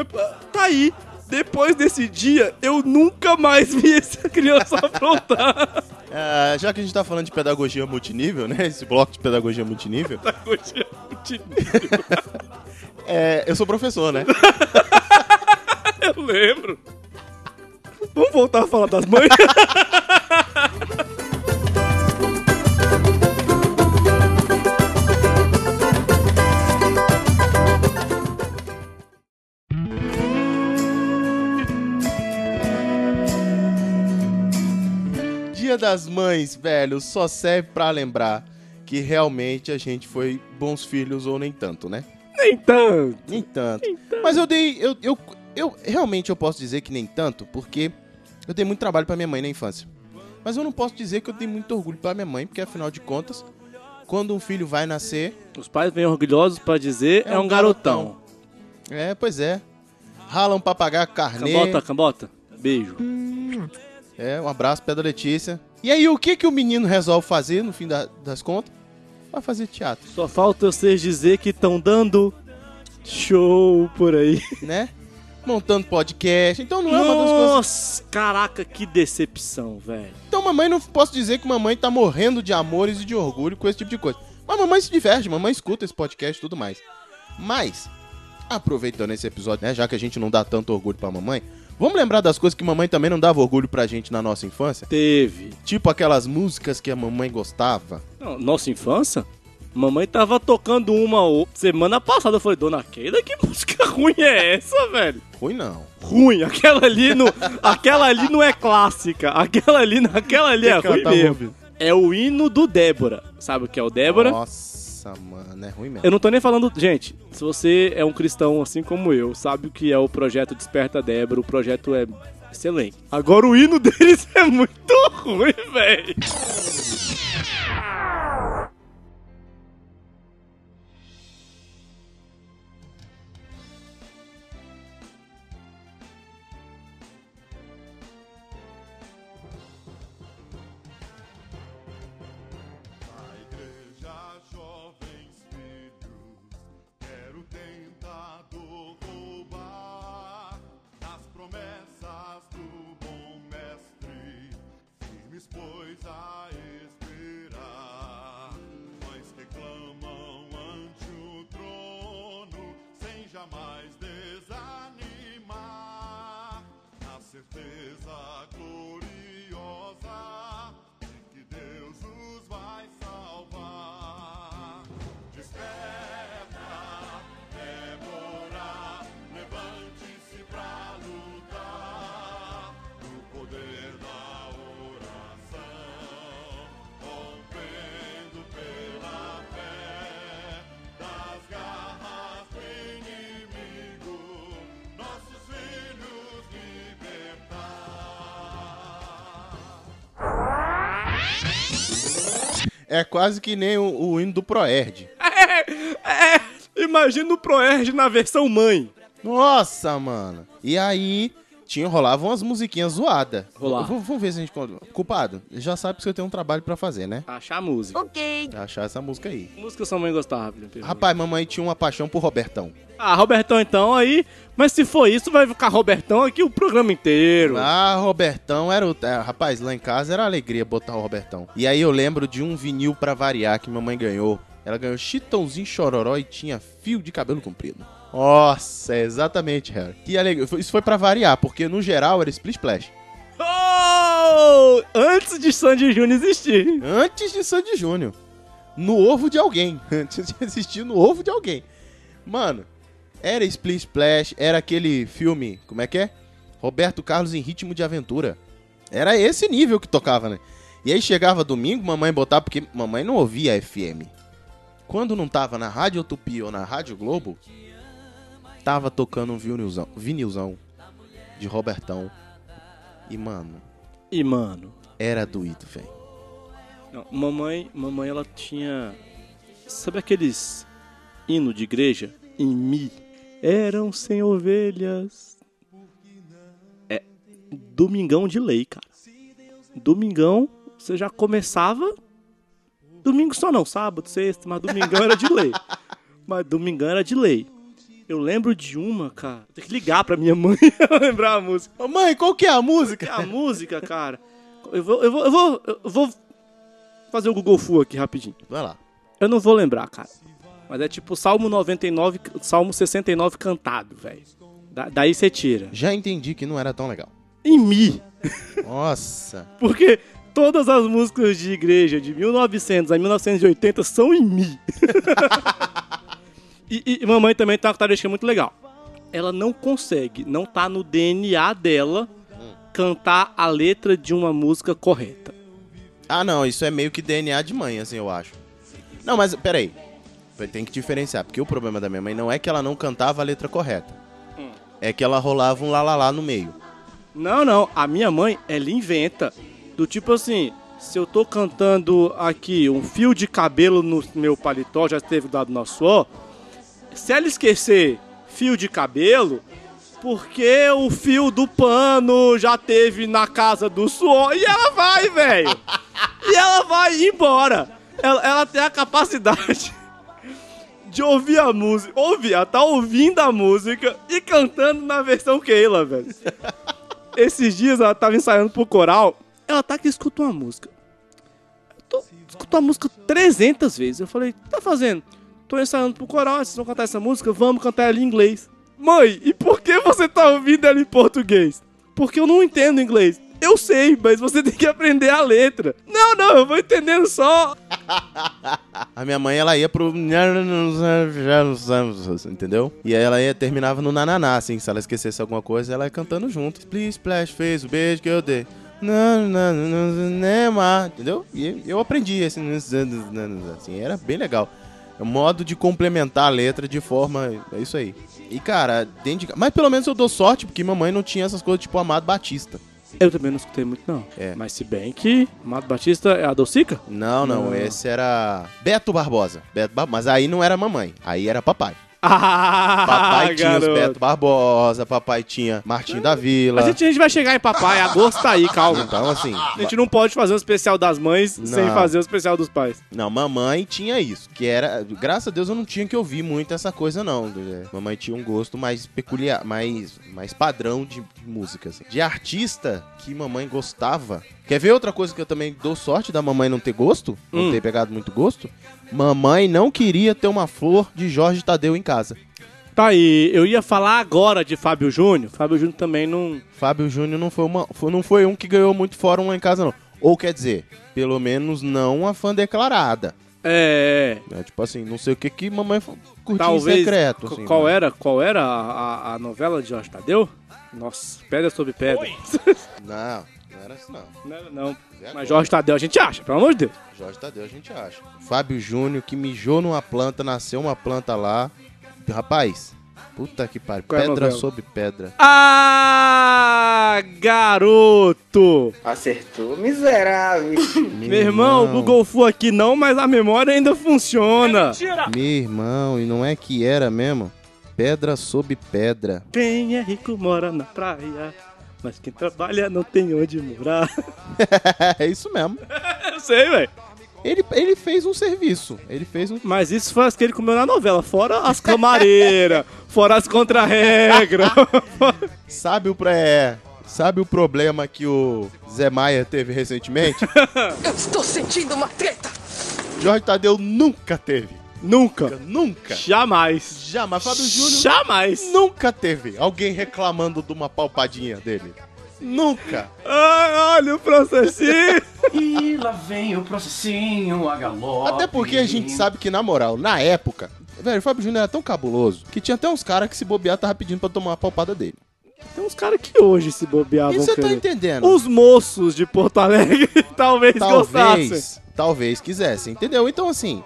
Tá aí. Depois desse dia, eu nunca mais vi essa criança (laughs) aprontar.
Ah, já que a gente tá falando de pedagogia multinível, né? Esse bloco de pedagogia multinível.
Pedagogia multinível.
É, eu sou professor, né?
Eu lembro. Vamos voltar a falar das mães?
Dia das Mães, velho, só serve pra lembrar que realmente a gente foi bons filhos ou nem tanto, né?
(laughs) Nem tanto.
Nem tanto. Mas eu dei. Eu, eu, eu realmente eu posso dizer que nem tanto, porque eu dei muito trabalho pra minha mãe na infância. Mas eu não posso dizer que eu dei muito orgulho pra minha mãe, porque afinal de contas, quando um filho vai nascer.
Os pais vêm orgulhosos pra dizer, é, um garotão.
É, pois é. Ralam pra pagar carnê.
Cambota, cambota. Beijo.
É, um abraço, Pedra Letícia. E aí, o que que o menino resolve fazer, no fim da- das contas? Vai fazer teatro,
Só falta vocês dizer que estão dando show por aí.
né? Montando podcast. Então não é uma das coisas.
Nossa, caraca, que decepção, velho.
Então, mamãe, não posso dizer que mamãe tá morrendo de amores e de orgulho com esse tipo de coisa. Mas mamãe se diverte, mamãe escuta esse podcast e tudo mais. Mas, aproveitando esse episódio, né? Já que a gente não dá tanto orgulho pra mamãe, vamos lembrar das coisas que mamãe também não dava orgulho pra gente na nossa infância?
Teve.
Tipo aquelas músicas que a mamãe gostava.
Não, Nossa infância? Mamãe tava tocando uma o- semana passada. Eu falei, dona Keila, que (laughs) música ruim é essa, velho?
Ruim não.
Ruim, aquela ali não, aquela ali não é clássica. Aquela ali, aquela ali é
que ela
ruim
tava
mesmo.
ouvindo?
É o hino do Débora. Sabe o que é o Débora?
Nossa, mano, é ruim mesmo.
Eu não tô nem falando. Gente, se você é um cristão assim como eu, sabe o que é o projeto Desperta Débora, o projeto é excelente. Agora o hino (laughs) deles é muito ruim, velho.
A igreja, jovens filhos,
É,
quero tentado roubar nas promessas do bom mestre, firmes pois a esperar. Mães que clamam ante o trono, sem jamais desanimar, na certeza gloriosa de que Deus os vai salvar. Desperta, Débora.
É quase que nem o, o hino do Proerd.
É, imagina o Proerd na versão mãe.
Nossa, mano. E aí, tinha, rolavam umas musiquinhas zoadas.
Rolava.
V- v- Vamos ver se a gente... con- Culpado, já sabe que você tem um trabalho pra fazer, né?
Achar a música.
Ok.
Achar essa música aí.
Que música sua mãe gostava, Felipe?
Rapaz, mamãe tinha uma paixão por Robertão.
Ah, Robertão então aí. Mas se for isso, vai ficar Robertão aqui o programa inteiro.
Ah, Robertão era o. é, rapaz, lá em casa era alegria botar o Robertão. E aí eu lembro de um vinil pra variar que mamãe ganhou. Ela ganhou Chitãozinho Chororó e tinha fio de cabelo comprido. Nossa, é exatamente, Harry. Que alegria. Foi- Isso foi pra variar, porque no geral era Split Splash.
Oh! Antes de Sandy Júnior existir.
Antes de Sandy Júnior. No ovo de alguém. (laughs) Antes de existir no ovo de alguém. Mano, era Split Splash, era aquele filme. Como é que é? Roberto Carlos em Ritmo de Aventura. Era esse nível que tocava, né? E aí chegava domingo, mamãe botava, porque mamãe não ouvia FM. Quando não tava na Rádio Tupi ou na Rádio Globo, tava tocando um vinilzão, vinilzão de Robertão. E, mano,
E mano,
era doído, velho.
não, mamãe, mamãe ela tinha sabe aqueles hino de igreja em mi eram sem ovelhas. É domingão de lei, cara. Domingão você já começava Domingo só não, sábado, sexta, mas domingão era de lei. Mas domingão era de lei. Eu lembro de uma, cara. Tem que ligar pra minha mãe (laughs) pra lembrar a música.
Ô, Mãe, qual que é a música?
a música, cara. Eu vou, eu vou, eu vou, eu vou fazer o Google Full aqui rapidinho.
Vai lá.
Eu não vou lembrar, cara. Mas é tipo Salmo 99, Salmo 69 cantado, velho. Da- daí você tira.
Já entendi que não era tão legal.
Em mim.
Nossa.
Porque todas as músicas de igreja de 1900 a 1980 são em mim. (laughs) e, e- e mamãe também tem uma característica muito legal. Ela não consegue, não tá no DNA dela cantar a letra de uma música correta.
Ah, não, isso é meio que DNA de mãe, assim, eu acho. Não, mas peraí. Tem que diferenciar, porque o problema da minha mãe não é que ela não cantava a letra correta. É que ela rolava um lalalá no meio.
Não, não. A minha mãe, ela inventa. Do tipo assim, se eu tô cantando aqui um fio de cabelo no meu paletó, já teve dado nosso suor. Se ela esquecer fio de cabelo, porque o fio do pano já teve na casa do suor. E ela vai, velho. E ela vai embora. Ela, ela tem a capacidade de ouvir a música. Ouvir, ela tá ouvindo a música e cantando na versão Keila, velho. Esses dias ela tava ensaiando pro coral. Ela tá que escuta uma música. Eu tô- escutou a música 300 vezes. Eu falei, tá fazendo? Tô ensaiando pro coral, vocês vão cantar essa música? Vamos cantar ela em inglês. Mãe, e por que você tá ouvindo ela em português? Porque eu não entendo inglês. Eu sei, mas você (laughs) tem que aprender a letra. Não, não, eu vou entendendo só.
A minha mãe, ela ia pro... Entendeu? E aí ela ia, terminava no nananá, assim. Se ela esquecesse alguma coisa, ela ia cantando junto. Please, splash, fez o beijo que eu dei. Não, não, não, não, não, não, não, Entendeu? E eu aprendi esse... Assim, era bem legal. É um modo de complementar a letra de forma... É isso aí. E, cara, dentro de... ca- Mas pelo menos eu dou sorte, porque mamãe não tinha essas coisas tipo Amado Batista.
Eu também não escutei muito, não.
É.
Mas se bem que Mato Batista é a docica? (laughs)
Não, não,
Não.
esse era Beto Barbosa. Beto Bar- Mas aí não era mamãe, aí era papai. (laughs)
Ah,
Papai tinha os
garoto.
Beto Barbosa, papai tinha Martim da Vila.
Mas a gente, a gente vai chegar em papai, agosto tá aí, calma.
Então, assim.
(laughs) A gente não pode fazer o especial das mães sem
Não.
fazer o especial dos pais.
Não, mamãe tinha isso. Que era. Graças a Deus eu não tinha que ouvir muito essa coisa, não. É, Mamãe tinha um gosto mais peculiar, mais, mais padrão de música. assim. De artista que mamãe gostava. Quer ver outra coisa que eu também dou sorte da mamãe não ter gosto? Não
Hum.
ter pegado muito gosto? Mamãe não queria ter uma flor de Jorge Tadeu em casa.
Tá aí, eu ia falar agora de Fábio Júnior. Fábio Júnior também não.
Fábio Júnior não foi, uma, foi- não foi um que ganhou muito fórum lá em casa, não. Ou quer dizer, pelo menos não uma fã declarada.
É.
né? Tipo assim, não sei o que que mamãe fa- curtia
Talvez.
em secreto.
qu-
assim,
qual
né?
era, qual era a, a- a novela de Jorge Tadeu? Nossa, pedra sobre pedra. é?
Não, não era isso não.
(laughs) não, era, não.
agora.
Mas Jorge Tadeu a gente acha, pelo amor de Deus.
Jorge Tadeu a gente acha. Fábio Júnior que mijou numa planta, nasceu uma planta lá. Rapaz, Puta que pariu.
Qual é a
pedra
novela?
sobre pedra.
Ah, garoto!
Acertou, miserável.
Meu irmão, o Google Fu aqui não, mas a memória ainda funciona.
Meu irmão, e não é que era mesmo? Pedra sobre pedra. (laughs)
Quem é rico mora na praia, mas quem trabalha não tem onde morar.
é isso mesmo.
Eu sei, velho.
Ele, ele fez um serviço. Ele fez um.
Mas isso foi as que ele comeu na novela, fora as camareiras, (laughs) fora as contra-regras.
Sabe o pré. Sabe o problema que o Zé Maia teve recentemente?
Eu estou sentindo uma treta.
Jorge Tadeu nunca teve.
(laughs) Nunca.
Nunca.
Jamais.
Jamais. Fábio
né?
Júnior.
Jamais.
Nunca teve alguém reclamando de uma palpadinha dele. Nunca.
Ah, olha o processinho.
E lá vem o processinho, a galope.
Até porque a gente sabe que, na moral, na época, velho, o Fábio Júnior era tão cabuloso que tinha até uns caras que se bobear tava pedindo pra tomar uma palpada dele.
(laughs) Tem uns caras que hoje se bobeavam.
E você tá entendendo?
Os moços de Porto Alegre (laughs) talvez, gostassem.
Talvez, talvez quisessem, entendeu? Então, assim,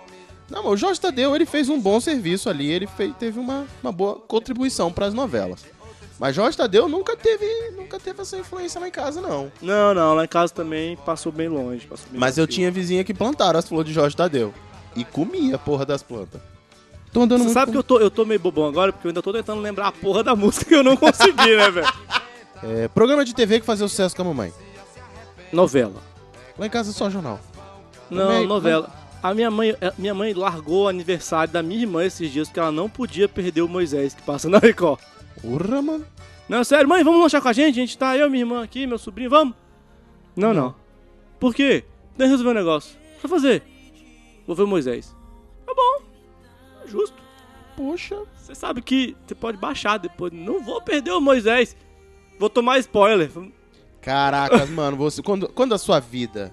não, mas o Jorge Tadeu, ele fez um bom serviço ali, ele fe- teve uma, uma boa contribuição pras novelas. Mas Jorge Tadeu nunca teve, nunca teve essa influência lá em casa, não.
Não, não, lá em casa também passou bem longe. Passou bem
Mas eu
longe.
tinha vizinha que plantaram as flores de Jorge Tadeu. E comia a porra das plantas. Tô andando
Você
muito
sabe que eu tô, eu tô meio bobão agora, porque eu ainda tô tentando lembrar a porra da (laughs) música que eu não consegui, né, velho?
É, programa de TV que fazia sucesso com a mamãe.
Novela.
Lá em casa é só jornal.
Não,
Também-
novela. A minha mãe, a minha mãe largou o aniversário da minha irmã esses dias, porque ela não podia perder o Moisés que passa na Record.
Urra, mano.
Não, sério, mãe, vamos lanchar com a gente? A gente tá, eu, minha irmã aqui, meu sobrinho, vamos? Não, não. Por quê? Deixa eu resolver um negócio. O que fazer? Vou ver o Moisés. Tá bom. É Justo.
Poxa.
Você sabe que você pode baixar depois. Não vou perder o Moisés. Vou tomar spoiler.
Caracas, (laughs) mano, você. Quando, quando a sua vida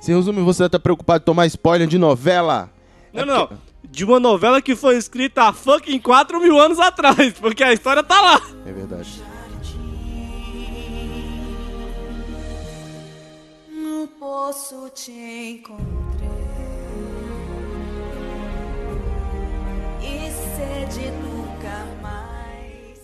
se resume, você tá preocupado em tomar spoiler de novela?
Não, não, não. De uma novela que foi escrita há fucking 4 mil anos atrás, porque a história tá lá.
É verdade.
No poço te encontrei. E sede nunca mais.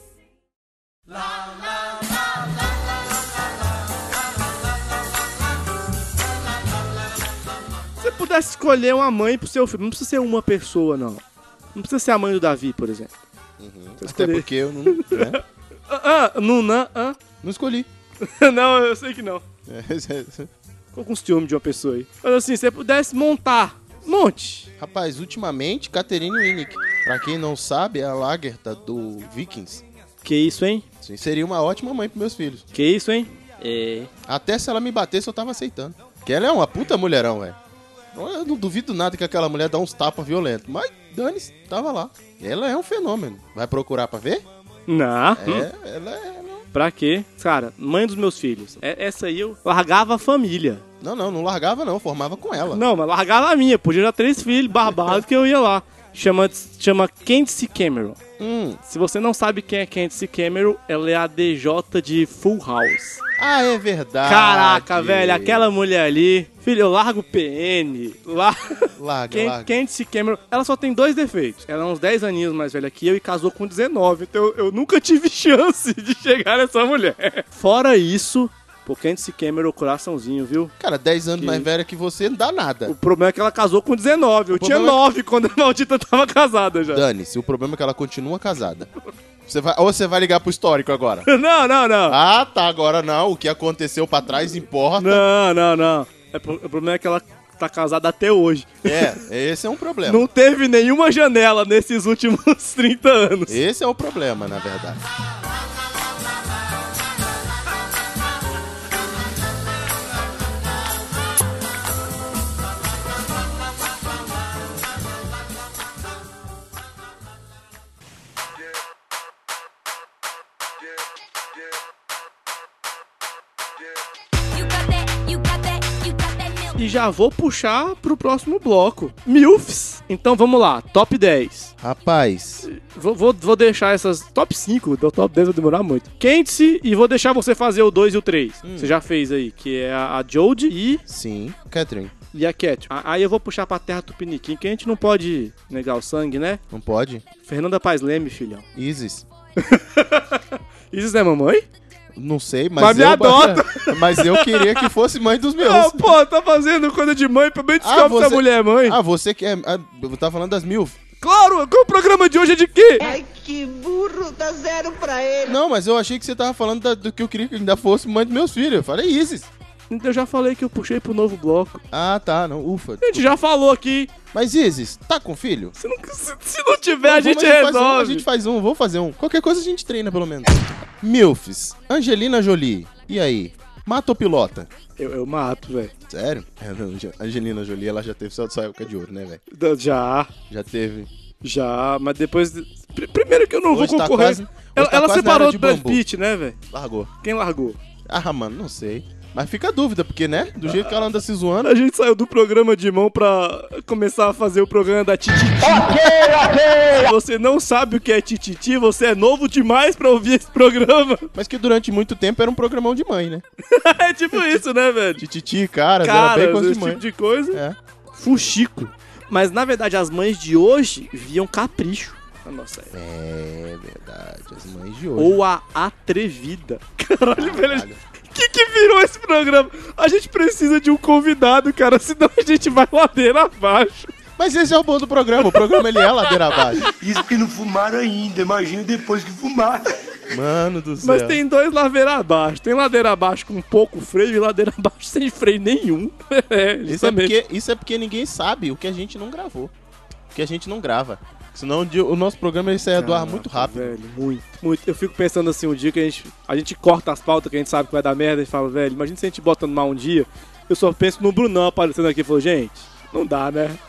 Se você pudesse escolher uma mãe pro seu filho, não precisa ser uma pessoa, não. Não precisa ser a mãe do Davi, por exemplo.
Até
escolhi.
porque eu não.
(laughs)
né?
Ah, ah, não, não, ah. (laughs)
Não escolhi.
não, eu sei que não. Ficou com ciúme de uma pessoa aí. Mas assim, se você pudesse montar, monte.
(laughs) Rapaz, ultimamente, Catherine Winnick. Pra quem não sabe, é a Lagerta do Vikings.
Que isso, hein?
Sim, seria uma ótima mãe pros meus filhos.
Que isso, hein? É.
Até se ela me batesse, eu tava aceitando. Que ela é uma puta mulherão, velho. Eu não duvido nada que aquela mulher dá uns tapas violentos. Mas dane-se, tava lá. Ela é um fenômeno. Vai procurar pra ver?
Não. Hum.
É, ela é.
Pra quê? Cara, mãe dos meus filhos. É- Essa aí eu largava a família.
Não, não, não largava não, formava com ela.
Não, mas largava a minha. Podia dar três filhos barbados que eu ia lá. Chama, chama Candice Cameron.
Hum.
Se você não sabe quem é Candice Cameron, ela é a DJ de Full House.
Ah, é verdade.
Caraca, velho, aquela mulher ali. Filho, eu largo o PN. Lá.
Larga,
Quem,
larga.
Candice Cameron, ela só tem dois defeitos. Ela é uns 10 aninhos mais velha que eu e casou com 19. Então eu, eu nunca tive (laughs) chance de chegar nessa mulher. Fora isso, pô, Candice Cameron, coraçãozinho, viu?
Cara, 10 anos
Que-
mais velha que você, não dá nada.
O problema é que ela casou com 19. Eu tinha
problema é
9 quando a maldita (laughs) tava casada já.
Dane-se, o problema é que ela continua casada. Você vai, ou você vai ligar pro histórico agora?
Não, não, não.
Ah, tá, agora não. O que aconteceu pra trás importa.
Não, não, não. É pro- o problema é que ela tá casada até hoje.
É, esse é um problema.
Não teve nenhuma janela nesses últimos (laughs) 30 anos.
Esse é o problema, na verdade.
E já vou puxar pro próximo bloco. Milfs. Então vamos lá, top 10.
Rapaz,
Vou, vou, vou deixar essas top 5, do top 10 vai demorar muito. Quente-se e vou Hum. deixar você fazer o 2 e o 3. Você já fez aí, que é a, a Jodie e
sim, Catherine.
Liaquete. A- Aí eu vou puxar pra terra Tupiniquim, que a gente não pode negar o sangue, né?
Não pode?
Fernanda Paz Leme, filhão.
Isis.
Isis é mamãe?
Não sei, mas.
Mas me
eu...
adota!
(laughs) Mas eu queria que fosse mãe dos meus.
Não, pô, tá fazendo coisa de mãe pra bem descobrir se a mulher é mãe.
Ah, você que é. Ah, eu tava falando das mil.
Claro, qual o programa de hoje é de quê?
Ai, que burro, dá zero pra ele.
Não, mas eu achei que você tava falando da- do que eu queria que ainda fosse mãe dos meus filhos. Eu falei Isis.
Eu já falei que eu puxei pro novo bloco.
Ah, tá, não, ufa.
A gente já falou aqui.
Mas Isis, tá com filho?
Se não, se, se não tiver, a
Vamos,
gente
Faz um, a
resolve.
gente faz um, vamos fazer um. Qualquer coisa a gente treina, pelo menos. Milfs, Angelina Jolie, e aí? Mata ou pilota?
Eu, eu mato, velho.
Sério? (laughs) É, não, já- Angelina Jolie, ela já teve sua, sua época de ouro, né, velho?
Da- Já,
Já teve.
já, mas depois. pr- primeiro que eu não
Hoje
vou
tá
concorrer.
quase- hoje
ela
tá
ela
quase na
separou
era
do
de
Brad
bambu.
Pitt, né, velho?
Largou.
Quem largou?
Ah, mano, não sei. Mas fica a dúvida, porque, né? Do jeito que ela anda se zoando.
A gente saiu do programa de mão pra começar a fazer o programa da Tititi. Se você não sabe o que é Tititi, você é novo demais pra ouvir esse programa. (laughs)
Mas que durante muito tempo era um programão de mãe, né?
é tipo isso, né, velho?
Tititi, caras,
Cara,
era bem coisa
esse
de mãe.
tipo de coisa.
É.
Fuxico. Mas na verdade, as mães de hoje viam capricho na nossa época.
É verdade, as mães de hoje.
Ou a atrevida. (laughs) Caralho, velho.
Caralho.
O que, que virou esse programa? A gente precisa de um convidado, cara, senão a gente vai ladeira abaixo.
Mas esse é o bom do programa, o programa ele é ladeira abaixo.
Isso que não fumaram ainda, imagina depois que fumar.
Mano do céu.
Mas tem dois ladeira abaixo. Tem ladeira abaixo com pouco freio e ladeira (laughs) abaixo sem freio nenhum. (laughs) É,
Isso é,
justamente.
porque, isso é porque ninguém sabe o que a gente não gravou. O que a gente não grava. Senão o dia- o nosso programa ele sai do ar
Caraca,
muito rápido.
Velho, muito, muito. Eu fico pensando assim, um dia que a gente, a gente corta as pautas que a gente sabe que vai dar merda e fala, velho, imagina se a gente bota no mal um dia. Eu só penso no Brunão aparecendo aqui e falou, gente, não dá, né? (laughs)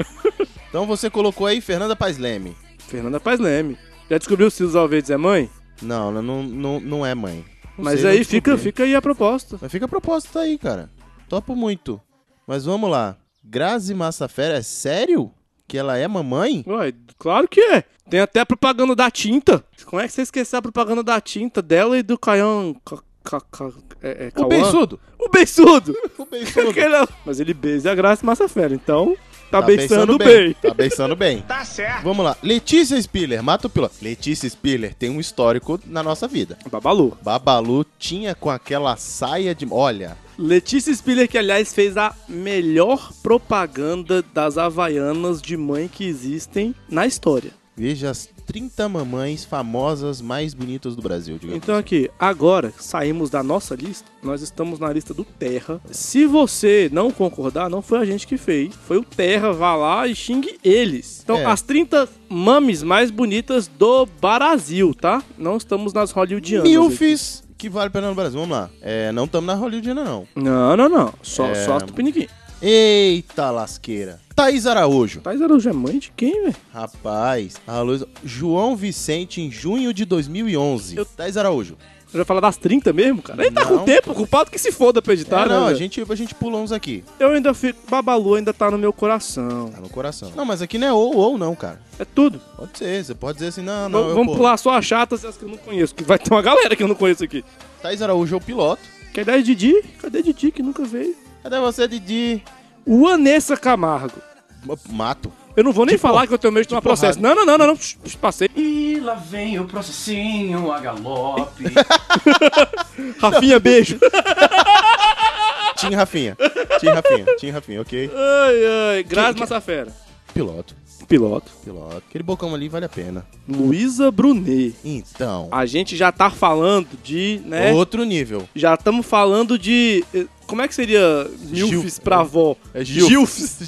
Então você colocou aí Fernanda Paz Leme.
Fernanda Paz Leme. Já descobriu se os Alvedes é mãe?
Não, ela não, não, não é mãe. Não
Mas
sei,
aí
não
fica,
descobri.
fica aí a proposta.
Mas fica a proposta aí, cara. Topo muito. Mas vamos lá. Grazi Massafera, é sério? Que ela é mamãe?
Ué, claro que é. Tem até a propaganda da tinta. Como é que você esqueceu a propaganda da tinta dela e do Caião? Ca- ca- ca- é- é
O
Cauã?
beiçudo. é
O
(laughs)
beiçudo!
O beiçudo.
Aquele- Mas ele beija a graça e massa fera, então tá, beijando bem.
Tá pensando bem.
Tá certo.
Vamos lá. Letícia Spiller, mata o piloto. Letícia Spiller tem um histórico na nossa vida.
Babalu.
Babalu tinha com aquela saia de. Olha,
Letícia Spiller, que aliás fez a melhor propaganda das Havaianas de mãe que existem na história.
veja as 30 mamães famosas mais bonitas do Brasil, digamos.
Então aqui, agora saímos da nossa lista, nós estamos na lista do Terra. Se você não concordar, não foi a gente que fez, foi o Terra, vá lá e xingue eles. Então,
É.
as 30 mames mais bonitas do Brasil, tá? Não estamos nas hollywoodianas. aqui.
Milfis que vale a pena no Brasil. Vamos lá. É, não estamos na Hollywoodiana, não.
Não, não, não. Só,
É.
só as Tupiniquim.
Eita lasqueira. Thaís Araújo.
Thais Araújo é mãe de quem, velho?
Rapaz, a luz. João Vicente em junho de 2011.
Eu-
Thaís Araújo.
Já falar das 30 mesmo, cara? Ele tá
Não.
com tempo, culpado que se foda pra editar,
É,
né,
não, a
velho?
gente, a gente pula uns aqui.
Eu ainda fico. Babalu ainda tá no meu coração.
Tá no coração. Não, mas aqui não é ou ou não, cara.
É tudo.
Pode ser, você pode dizer assim, não, não.
V-
eu,
Vamos
pô,
pular só as chatas e as que eu não conheço, que vai ter uma galera que eu não conheço aqui.
Thaís Araújo é o piloto.
Que ideia de Didi? Cadê Didi que nunca veio?
Cadê você, Didi?
O Anessa Camargo.
Mato.
Eu não vou nem
De
falar
por-
que eu tenho medo de tomar
porrada.
processo. Não, não, não, não, não. Psh, psh, Passei.
E lá vem o processinho, a galope.
(laughs) Rafinha, beijo.
Tim Rafinha. Tim Rafinha. Tim Rafinha, ok.
Ai, ai. Grazi Massafera.
Piloto.
Piloto.
Piloto. Aquele bocão ali vale a pena.
Luísa Brunet.
Então.
A gente já tá falando de, né?
Outro nível.
Já estamos falando de. eh, Como é que seria Milfs
Gil-
pra avó?
É Gil.
Gilfs.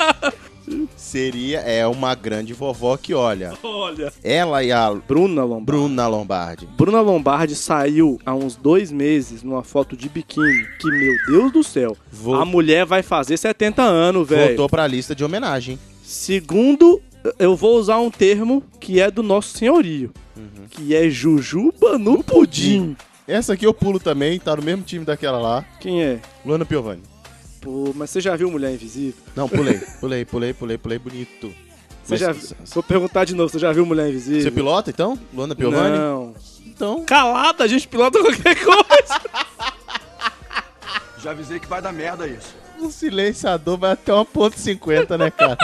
(laughs) Seria, é uma grande vovó que olha.
Olha.
Ela e a
Bruna Lombardi.
Bruna Lombardi.
Bruna Lombardi saiu há uns dois meses numa foto de biquíni. Que, meu Deus do céu.
Vo-
A mulher vai fazer 70 anos, velho.
Voltou pra lista de homenagem.
Segundo, eu vou usar um termo que é do nosso senhorio.
Uhum.
Que é Jujuba no pudim.
Essa aqui eu pulo também, tá no mesmo time daquela lá.
Quem é?
Luana Piovani.
Pô, mas você já viu Mulher Invisível?
Não,
(laughs)
pulei, pulei, pulei, pulei, pulei bonito.
Você
Mas-
já... Vou perguntar de novo, você já viu Mulher Invisível?
Você pilota então? Luana Piovani?
Não.
Então.
Calada, a
(laughs)
gente pilota qualquer coisa.
Já avisei que vai dar merda isso.
O um silenciador vai até 1.50, né, cara?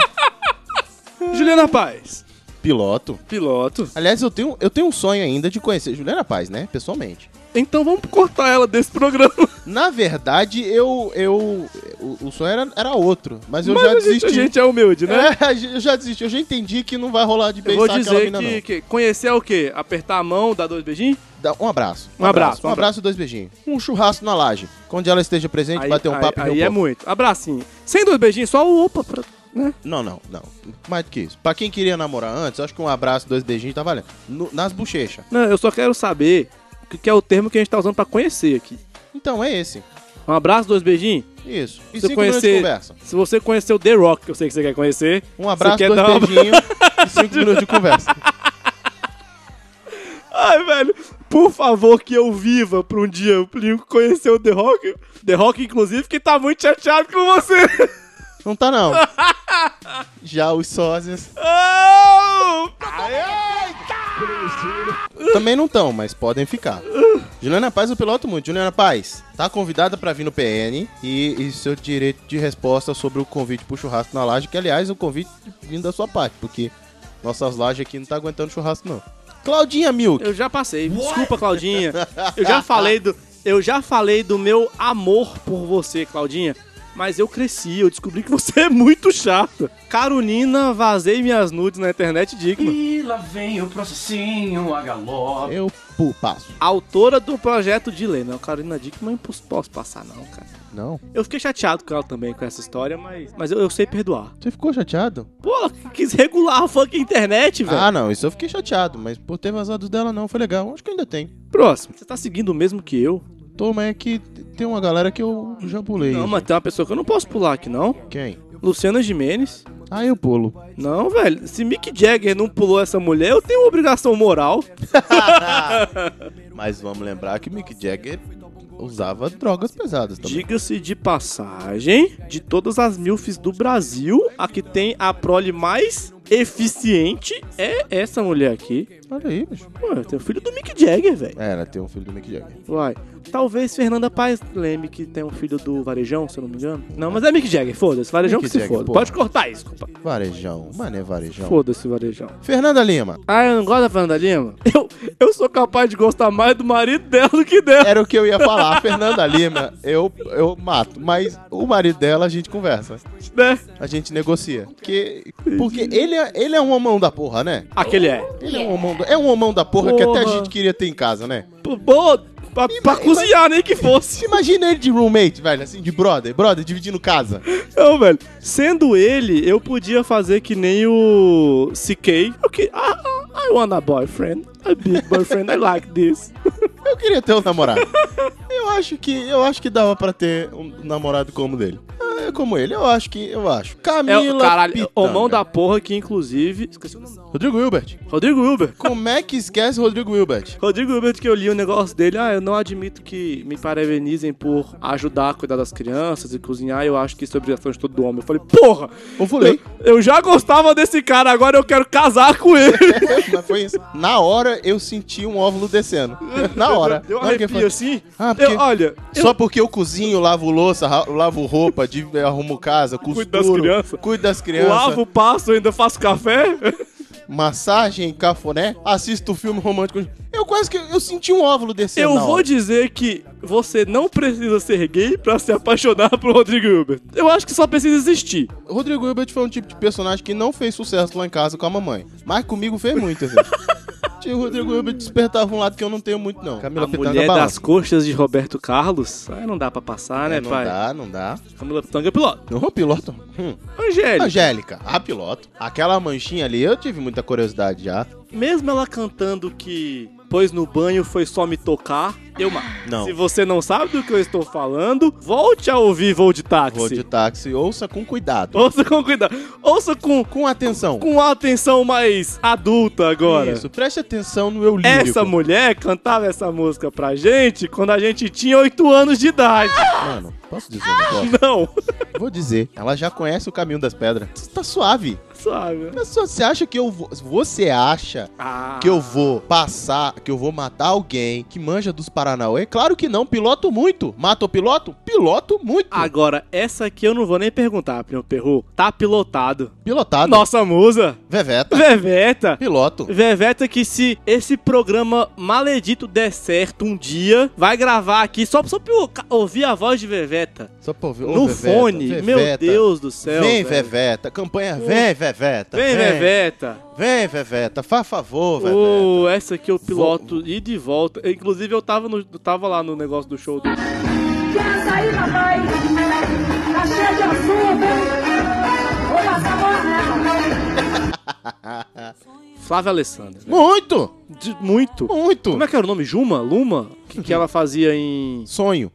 Juliana Paz.
Piloto.
Piloto.
Aliás, eu tenho, eu tenho um sonho ainda de conhecer Juliana Paz, né? Pessoalmente.
Então vamos cortar ela desse programa.
Na verdade, eu. eu o, o sonho era, era outro. Mas eu
Mas
já
a gente-
desisti.
a gente é humilde, né?
É, eu já desisti. Eu já entendi que não vai rolar de
Eu vou
beijar aquela
dizer
mina,
que,
não.
que conhecer é o quê? Apertar a mão, dar dois beijinhos?
Dá um abraço.
Um abraço,
Um
um
abraço e dois beijinhos. Um churrasco na laje. Onde ela esteja presente, bater um papo e
aí
ver um
é
pouco.
muito. Abracinho. Sem dois beijinhos, só o opa. pra- né?
Não, não, não. Mais do que isso. Pra quem queria namorar antes, eu acho que um abraço, dois beijinhos tá valendo. No- nas bochechas.
Não, eu só quero saber o que que é o termo que a gente tá usando pra conhecer aqui.
Então é esse.
Um abraço, dois beijinhos?
Isso. E
Se você
cinco minutos de
conhecer-
conversa.
Se você conhecer o The Rock, que eu sei que você quer conhecer.
Um abraço,
você quer
dois
dar um abra- (laughs)
beijinhos e cinco minutos de conversa.
Ai, velho, por favor que eu viva pra um dia o Plínio conhecer o The Rock. The Rock, inclusive, que tá muito chateado com você. (laughs)
Não tá, não. Já os sósias
Oh!
também não estão, mas podem ficar. Juliana Paz, eu piloto muito. Juliana Paz, tá convidada pra vir no PN e, e seu direito de resposta sobre o convite pro churrasco na laje, que aliás é um convite vindo da sua parte, porque nossas lajes aqui não tá aguentando churrasco, não. Claudinha Milk.
Eu já passei. Desculpa, Claudinha. Eu já falei do eu já falei do meu amor por você, Claudinha. Mas eu cresci, eu descobri que você (laughs) é muito chata. Carolina, vazei minhas nudes na internet digna.
E lá vem o processinho, a galope.
Eu pu- passo.
Autora do projeto de lei. Não, Carolina Dickman, não posso passar não, cara.
Não.
Eu fiquei chateado com ela também, com essa história, mas, mas eu, eu sei perdoar.
Você ficou chateado?
Pô, ela quis regular a fucking internet, velho.
Ah, não, isso eu fiquei chateado, mas por ter vazado dela não, foi legal. Acho que ainda tem.
Próximo. Você tá seguindo o mesmo que eu?
Tô, mas é que tem uma galera que eu já pulei.
Não, mas tem uma pessoa que eu não posso pular aqui, não.
Quem?
Luciana Jimenez.
Ah, eu pulo.
Não, velho. Se Mick Jagger não pulou essa mulher, eu tenho uma obrigação moral.
Mas vamos lembrar que Mick Jagger usava drogas pesadas também.
Diga-se de passagem, de todas as milfs do Brasil, a que tem a prole mais eficiente é essa mulher aqui.
Olha aí, bicho.
Ué, tem o filho do Mick Jagger, velho.
É, ela tem um filho do Mick Jagger.
Vai. Talvez Fernanda Paz lembre que tem um filho do Varejão, se eu não me engano. Não, mas é Mick Jagger, foda-se. Varejão
Mick
que se
Jagger,
foda.
porra.
Pode cortar isso, compa.
Varejão, mané varejão.
Foda-se, Varejão.
Fernanda Lima.
Ah, eu não gosto da Fernanda Lima? (laughs) Eu, eu sou capaz de gostar mais do marido dela do que dela.
Era o que eu ia
(laughs)
falar. Fernanda Lima, eu, eu mato. Mas o marido dela a gente conversa.
Né?
A gente negocia. Porque, porque ele, é, ele é um homão da porra, né?
Aquele é.
Ele é um homão da, é um homão da porra, que até a
Porra.
gente queria ter em casa, né?
Pô, Boa, pra, pra cozinhar, nem que (laughs) fosse.
Imagina ele de roommate, velho, assim, de brother. Brother, dividindo casa.
Não, velho. Sendo ele, eu podia fazer que nem o CK. Eu que, I, I, I want a boyfriend. A big boyfriend. I like this.
Eu queria ter um namorado. eu acho que eu acho que dava pra ter um namorado como dele. É como ele, eu acho que eu acho.
É,
Camila,
o caralho,
Pitanga.
o mão da porra que, inclusive... Esqueci o nome.
Rodrigo Hilbert.
Rodrigo Hilbert.
Como é que esquece Rodrigo Hilbert?
Rodrigo Hilbert, que eu li o negócio dele, ah, eu não admito que me parabenizem por ajudar a cuidar das crianças e cozinhar, eu acho que isso é obrigação de todo homem. Eu falei, porra!
Eu
(laughs)
falei.
Eu, eu já gostava desse cara, agora eu quero casar com ele!
(laughs) Mas foi isso. Na hora eu senti um óvulo descendo. Na hora.
Eu
Na hora que ele
arrepio
falou,
assim,
Ah, porque-
eu, olha, eu-
Só porque eu cozinho, lavo louça, ra- lavo roupa, de- eh, arrumo casa, costuro.
Cuido das crianças.
Cuido das crianças.
lavo, passo, ainda faço café.
Massagem, cafuné. Assisto filme romântico. Eu quase que... Eu senti um óvulo descendo
Eu
na
vou
hora.
dizer que você não precisa ser gay pra se apaixonar por Rodrigo Hilbert. Eu acho que só precisa existir.
Rodrigo Hilbert foi um tipo de personagem que não fez sucesso lá em casa com a mamãe. Mas comigo fez muito, assim. Tio Rodrigo Hilbert despertava um lado que eu não tenho muito, não. Camila
A
Pitanga
mulher
balança.
das coxas de Roberto Carlos, aí não dá pra passar, né,
É, não
pai?
dá, não dá.
Camila Pitanga é piloto.
Não, piloto. Hum.
Angélica.
Angélica, a piloto. Aquela manchinha ali, eu tive muita curiosidade já.
Mesmo ela cantando que pois no banho foi só me tocar, eu mato.
Não.
Se você não sabe do que eu estou falando, volte a ouvir Voo de Táxi.
Vou de táxi, ouça com cuidado.
Ouça com cuidado. Ouça com,
Com atenção.
com a atenção mais adulta agora.
Isso, preste atenção no eu lírico.
Essa mulher cantava essa música pra gente quando a gente tinha 8 anos de idade.
Ah! Mano, posso dizer um negócio?
Não. (laughs)
Vou dizer, ela já conhece o caminho das pedras. Tá suave.
Sabe?
Pessoa, você acha que eu vou. Você acha que eu vou passar, que eu vou matar alguém que manja dos Paranauê? Claro que não, piloto muito. Mata o piloto? Piloto muito.
Agora, essa aqui eu não vou nem perguntar, primo Perru. Tá pilotado.
Pilotado.
Nossa musa.
Veveta.
Veveta.
Piloto.
Veveta que se esse programa maledito der certo um dia, vai gravar aqui só, só pra eu ca- ouvir a voz de Veveta.
Só pra ouvir. Ô,
No
Veveta,
fone.
Veveta.
Meu Deus do céu.
Vem,
velho.
Veveta. Campanha Vem, Veveta.
Vem, Veveta.
Vem, Veveta. Faz favor, Veveta.
Oh, essa aqui eu piloto e de volta. Inclusive, eu tava, no, eu tava lá no negócio do show do.
Quer sair, papai? Tá cheia de assunto, hein? Vou passar a mão nela.
Flávia Alessandra.
Muito!
muito!
Muito!
Como é que era o nome? Juma? Luma? Que, que ela fazia em.
Sonho.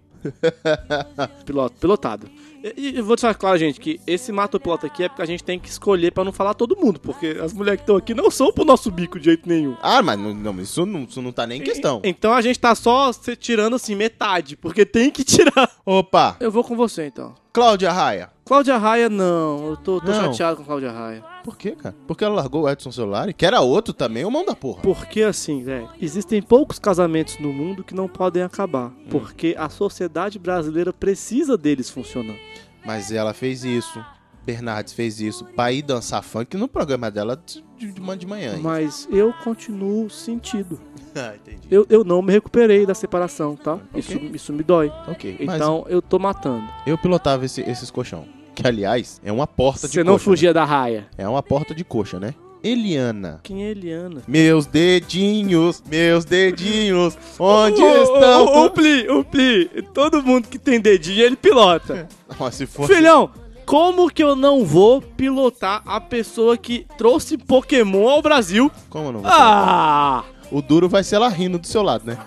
Piloto, pilotado. E- E eu vou deixar claro, gente, que esse Mato Piloto aqui é porque a gente tem que escolher pra não falar todo mundo, porque as mulheres que estão aqui não são pro nosso bico de jeito nenhum.
Ah, mas não, não, isso, não, isso não tá nem em questão.
Então a gente tá só se tirando assim metade, porque tem que tirar.
Opa!
(laughs) Eu vou com você então.
Cláudia Raia.
Cláudia Raia, não. Eu tô, tô
Não.
chateado com Cláudia Raia.
Por quê, cara? Porque ela largou o Edson Celulari, que era outro também, o mão da porra.
Porque assim, velho, existem poucos casamentos no mundo que não podem acabar.
Hum.
Porque a sociedade brasileira precisa deles funcionando.
Mas ela fez isso. Bernardes fez isso pra ir dançar funk no programa dela de, de, de- de manhã. hein?
Mas eu continuo sentido.
É (laughs) Ah, entendi.
Eu, eu não me recuperei da separação, tá? Isso, isso me dói.
Ok. mas Tá
Então eu tô matando.
eu pilotava esse- esses colchão. Que, aliás, é uma porta de
Você
coxa.
não fugia
né?
da raia.
É uma porta de coxa, né? Eliana.
Quem é Eliana?
Meus dedinhos, meus dedinhos, onde
Ô, ô,
estão?
ô, ô, Pli, ô, Pli, todo mundo que tem dedinho, ele pilota.
Ó, se fosse-
Filhão, como que eu não vou pilotar a pessoa que trouxe Pokémon ao Brasil?
assim, Como eu não vou
Ah!
O duro vai ser ela rindo do seu lado, né?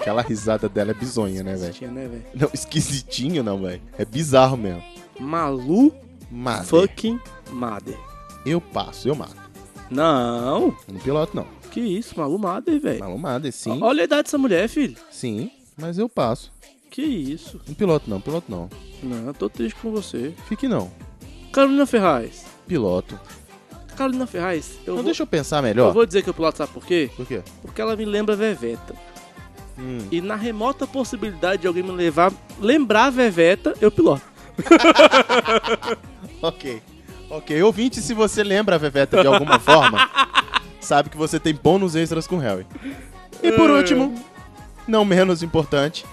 Aquela risada dela é bizonha, né, velho?
Né, velho?
Não, esquisitinho não, velho. É bizarro mesmo.
Malu
Mother.
fucking mother.
Eu passo, eu mato.
Não.
Não piloto, não.
Que isso, Malu mother, velho.
Malu mother, sim.
Olha a idade dessa mulher, filho.
Sim, mas eu passo.
Que isso.
Não piloto, não, piloto não.
Não, eu tô triste com você.
Fique não.
Carolina Ferraz.
Piloto.
Carolina Ferraz, eu
Então
vou...
deixa eu pensar melhor.
Eu vou dizer que eu piloto, sabe por quê?
Por quê?
Porque ela me lembra Veveta.
Hum.
E na remota possibilidade de alguém me levar, lembrar Veveta, eu piloto.
Ok. Ok, ouvinte, se você lembra a Veveta de
(laughs)
alguma forma, sabe que você tem bônus extras com o Harry. E
É.
por último, não menos importante,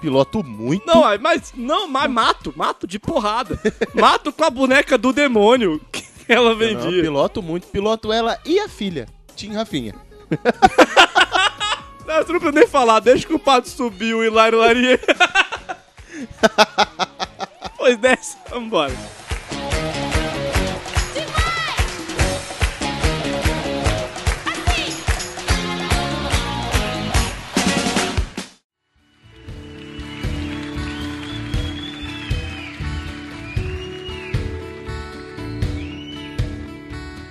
piloto muito.
Não, ai, mas não, mas mato, mato de (laughs) porrada. mato com a boneca do demônio que ela
Não,
vendia.
piloto muito, piloto ela e a filha, Tim Rafinha.
Não, você não precisa nem falar, deixa que o pato subiu e lá larie. (laughs) pois desce, vambora.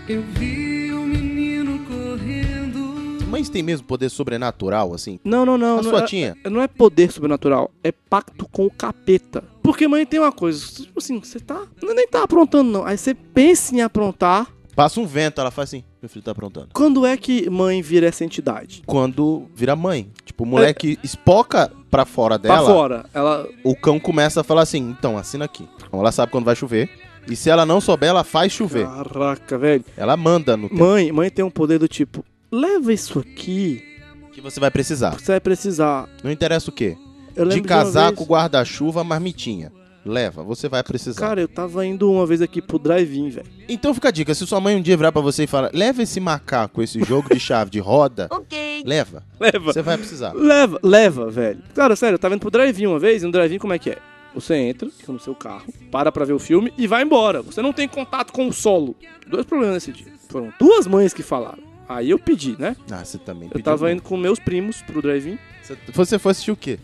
Eu vi um menino correndo.
Mães tem mesmo poder sobrenatural, assim?
Não, não, não.
A
não
sua
é-
tinha?
é- Não é poder sobrenatural, é pacto com o capeta. Porque, mãe, tem uma coisa, tipo assim, você tá. não- Nem tá aprontando, não. Aí você pensa em aprontar.
Passa um vento, ela faz assim, meu filho tá aprontando.
Quando é que mãe vira essa entidade?
Quando vira mãe. Tipo, o moleque espoca pra fora
É. Pra
dela.
fora. Ela.
o cão começa a falar assim, então, assina aqui. Então, ela sabe quando vai chover. E se ela não souber, ela faz chover.
Ah. Caraca, velho.
Ela manda no tempo
Mãe, mãe tem um poder do tipo: leva isso aqui,
que você vai precisar.
você vai precisar.
Não interessa o quê.
Eu lembro
De
de uma
casaco,
vez-
guarda-chuva, marmitinha. Leva, você vai precisar.
Cara, eu tava indo uma vez aqui pro drive-in, velho.
Então fica a dica, se sua mãe um dia virar pra você e falar, leva esse macaco, esse jogo de chave de
(laughs)
roda, leva.
Leva.
Você vai precisar.
Leva, leva, velho. Cara, sério, eu tava indo pro drive-in uma vez, e no drive-in como é que é? Você entra no seu carro, para pra ver o filme e vai embora. Você não tem contato com o solo. Dois problemas nesse dia. Foram duas mães que falaram. Aí eu pedi, né?
Ah, você também
Eu
pediu
tava
muito.
indo com meus primos pro drive-in.
Você foi assistir o quê?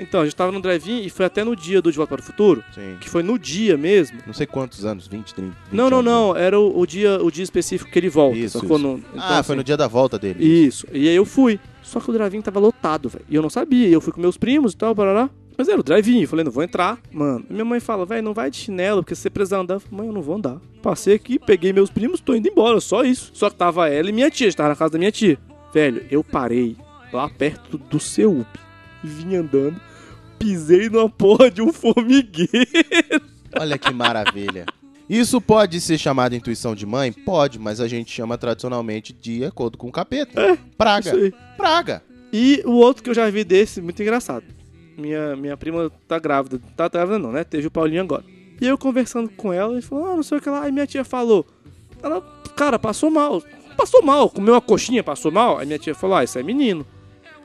Então, a gente tava no drive-in e foi até no dia do De Volta para o Futuro.
Sim.
Que foi no dia mesmo.
Não sei quantos anos, 20, 30. 20
Não, não,
anos.
não. Era o, o dia, o dia específico que ele volta.
Isso,
sacou?
isso.
No- então,
ah, foi
assim,
no dia da volta dele.
Isso. E aí eu fui. Só que o drive-in tava lotado, velho. E eu não sabia. E eu fui com meus primos e tal, parará. Mas era o drive-in. Falei, não vou entrar, mano. Minha mãe fala, velho, não vai de chinelo, porque se você precisar andar, eu falei, mãe, eu não vou andar. Passei aqui, peguei meus primos, tô indo embora, só isso. Só que tava ela e minha tia, a gente tava na casa da minha tia. Velho, eu parei lá perto do seu UP e vim andando, pisei numa (laughs) porra de um formigueiro.
Olha que maravilha. Isso pode ser chamado intuição de mãe? Pode, mas a gente chama tradicionalmente de acordo com o capeta.
É,
Praga.
isso aí.
Praga.
E o outro que eu já vi desse, muito engraçado. Minha, minha prima tá grávida. Tá grávida não, né? Teve o Paulinho agora. E eu conversando com ela, e falou, ah, não sei o que lá. Aí minha tia falou, ela, cara, passou mal. Passou mal, comeu uma coxinha, passou mal. Aí minha tia falou, ah, isso é menino.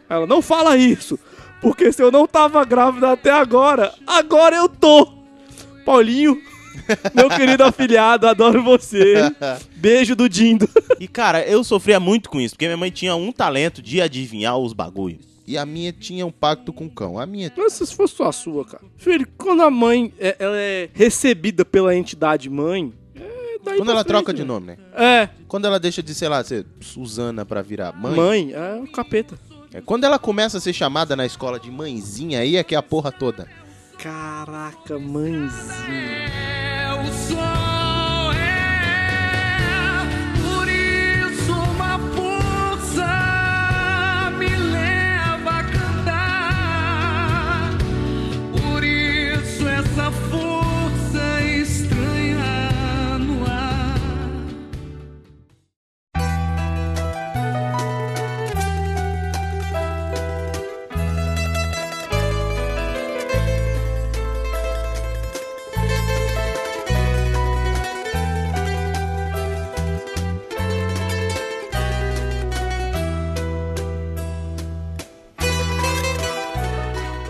Aí Ela, não fala isso, porque se eu não tava grávida até agora, agora eu tô. Paulinho, meu querido afilhado, adoro você. Beijo do Dindo.
E cara, eu sofria muito com isso, porque minha mãe tinha um talento de adivinhar os bagulhos.
E a minha tinha um pacto com o cão. A minha.
Mas se fosse só a sua, cara. Filho, quando a mãe é, ela é recebida pela entidade mãe, é daí
Quando
pra
ela
frente,
troca de
né?
nome, né?
É.
Quando ela deixa de, sei lá, ser Suzana pra virar mãe.
Mãe, é o capeta.
É, Quando ela começa a ser chamada na escola de mãezinha, aí é que é a porra toda.
Caraca, mãezinha.
É o sol, é por isso uma força me leva a cantar. Por isso essa força estranha no ar.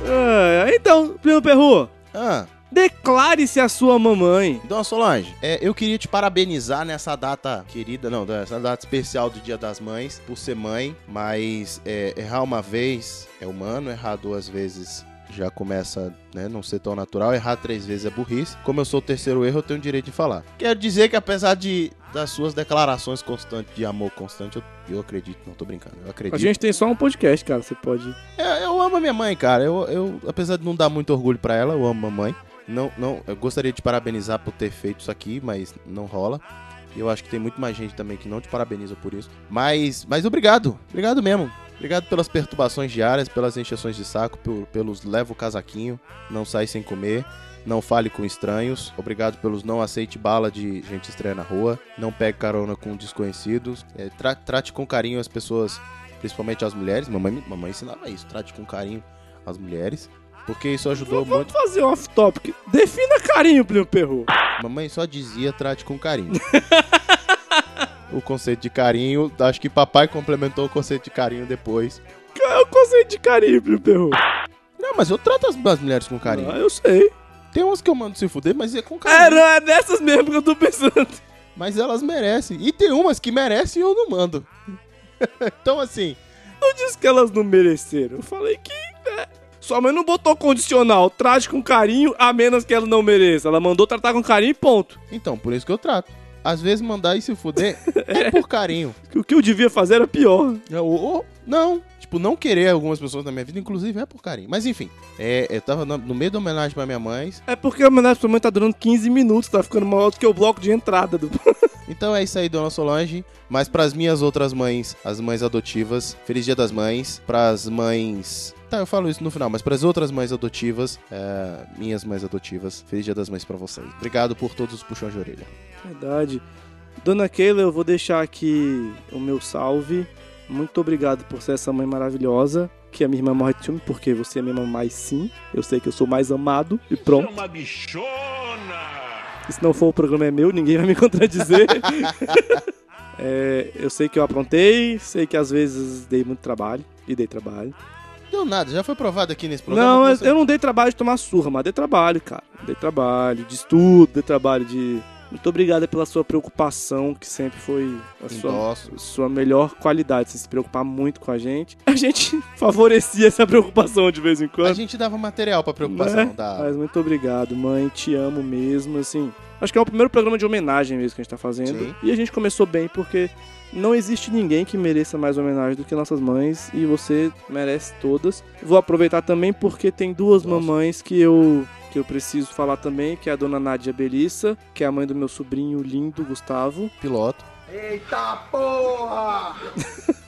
Ah, então, primo Perru,
Ah.
declare-se a sua mamãe.
Dona Solange, é, eu queria te parabenizar nessa data querida, não, nessa data especial do Dia das Mães, por ser mãe, mas é, errar uma vez é humano, errar duas vezes já começa, né, não ser tão natural, errar três vezes é burrice. Como eu sou o terceiro erro, eu tenho o direito de falar. Quero dizer que apesar de das suas declarações constantes de amor constante, eu, eu acredito, não tô brincando, eu acredito.
A gente tem só um podcast, cara, você pode...
É, eu amo a minha mãe, cara. Eu, eu, apesar de não dar muito orgulho pra ela, eu amo a mãe. Não, não, eu gostaria de parabenizar por ter feito isso aqui, mas não rola. Eu acho que tem muito mais gente também que não te parabeniza por isso. Mas, mas obrigado, obrigado mesmo. Obrigado pelas perturbações diárias, pelas encheções de saco, por- pelos leva o casaquinho, não sai sem comer, não fale com estranhos. Obrigado pelos não aceite bala de gente estranha na rua, não pegue carona com desconhecidos. É, tra- trate com carinho as pessoas principalmente as mulheres. Mamãe, mamãe ensinava isso, trate com carinho as mulheres, porque isso ajudou muito.
Vamos fazer um off-topic. Defina carinho, primo Perru.
Mamãe só dizia trate com carinho. o conceito de carinho, acho que papai complementou o conceito de carinho depois.
É o conceito de carinho, primo Perru.
Não, mas eu trato as, as mulheres com carinho.
Ah, eu sei.
Tem umas que eu mando se fuder, mas é com
É,
carinho.
não, é dessas mesmo que eu tô pensando.
Mas elas merecem. E tem umas que merecem e eu não mando. então assim,
Não disse que elas não mereceram. Eu falei que. né, Sua mãe não botou condicional. Trate com carinho, a menos que ela não mereça. Ela mandou tratar com carinho e ponto.
então por isso que eu trato. Às vezes mandar e se fuder é por carinho.
O que eu devia fazer era pior.
Eu, ou- não. Tipo, não querer algumas pessoas na minha vida, inclusive é por carinho. Mas enfim, é, eu tava no, no meio da homenagem pra minha mãe.
É porque a homenagem pra sua mãe tá durando 15 minutos, tá ficando maior do que o bloco de entrada do. (laughs)
Então é isso aí, dona Solange. Mas pras minhas outras mães, as mães adotivas, feliz dia das mães. Pras mães. Tá, eu falo isso no final, mas pras outras mães adotivas, é, minhas mães adotivas, feliz dia das mães pra vocês. Obrigado por todos os puxões de orelha.
Verdade. Dona Keila, eu vou deixar aqui o meu salve. Muito obrigado por ser essa mãe maravilhosa. Que a minha irmã morre de ciúme, porque você me ama mais sim. Eu sei que eu sou mais amado. E
É
pronto.
Uma bichona!
E se não for o programa é meu, ninguém vai me (laughs) contradizer. É, eu sei que eu aprontei, sei que às vezes dei muito trabalho, e dei trabalho.
Deu nada, já foi provado aqui nesse programa.
Não,
que
mas
é você-
eu não dei trabalho de tomar surra, mas dei trabalho, cara. Dei trabalho de estudo, dei trabalho de. Muito obrigado pela sua preocupação, que sempre foi a sua,
Nossa.
sua melhor qualidade, você se preocupar muito com a gente. A gente (laughs) favorecia essa preocupação de vez em quando.
A gente dava material pra preocupação
Né?
da.
Mas muito obrigado, mãe. Te amo mesmo, assim. Acho que é o primeiro programa de homenagem mesmo que a gente tá fazendo.
Sim.
E a gente começou bem porque não existe ninguém que mereça mais homenagem do que nossas mães e você merece todas. Vou aproveitar também porque tem duas mamães que eu que eu preciso falar também, que é a dona Nádia Belissa, que é a mãe do meu sobrinho lindo Gustavo,
piloto.
Eita porra!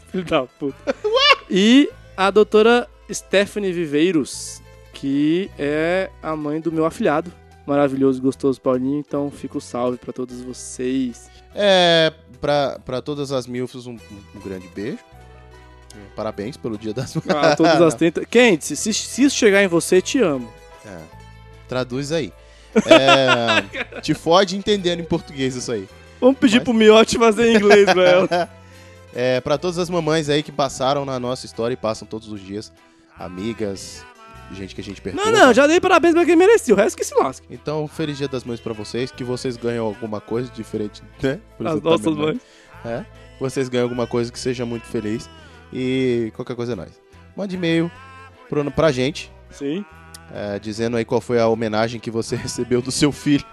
Filho da (laughs) puta. e a doutora Stephanie Viveiros, que é a mãe do meu afilhado. Maravilhoso, gostoso Paulinho. Então, fica o salve pra todos vocês.
É, pra, pra todas as milfos, um, um grande beijo. Parabéns pelo dia das mães.
A todas as 30. Quem se, se se isso chegar em você, te amo.
É, traduz aí. É, te fode entendendo em português isso aí.
Vamos pedir pro Miotti fazer em inglês, velho.
É, pra todas as mamães aí que passaram na nossa história e passam todos os dias. Amigas, gente que a gente perdoa.
(laughs) Não, não, já dei parabéns pra quem merecia. O resto que se lasca.
Então, feliz dia das mães pra vocês. Que vocês ganham alguma coisa diferente, né? Por
As
isso eu tava
nossas
me-
mães.
É. Que Vocês ganham alguma coisa que seja muito feliz. E qualquer coisa é nóis. Mande e-mail pro, pra gente.
Sim.
É, dizendo aí qual foi a homenagem que você (laughs) recebeu do seu filho.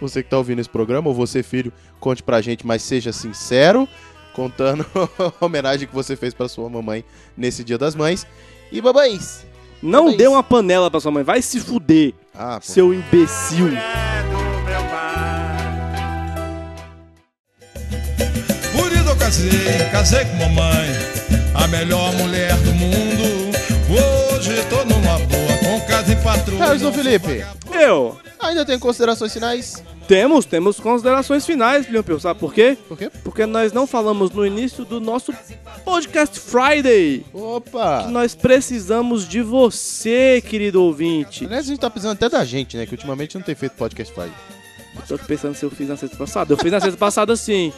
Você que tá ouvindo esse programa, ou você, filho, conte pra gente, mas seja sincero, contando (laughs) a homenagem que você fez pra sua mamãe nesse Dia das Mães. E babães!
Não dê uma panela pra sua mãe. Vai se fuder,
Ah, pô.
seu imbecil.
Bonito eu casei, casei com mamãe, a melhor mulher do mundo. Hoje tô numa boa, com casa em patrulha.
Harrison Felipe.
Eu.
Ainda tem considerações finais?
Temos, temos considerações finais, Limpio. Sabe por quê?
Por quê?
Porque nós não falamos no início do nosso Podcast Friday.
Opa!
Que nós precisamos de você, querido ouvinte.
Aliás, a gente tá precisando até da gente, né? Que ultimamente não tem feito podcast Friday.
Eu tô pensando se eu fiz na sexta passada. Eu fiz na sexta passada sim.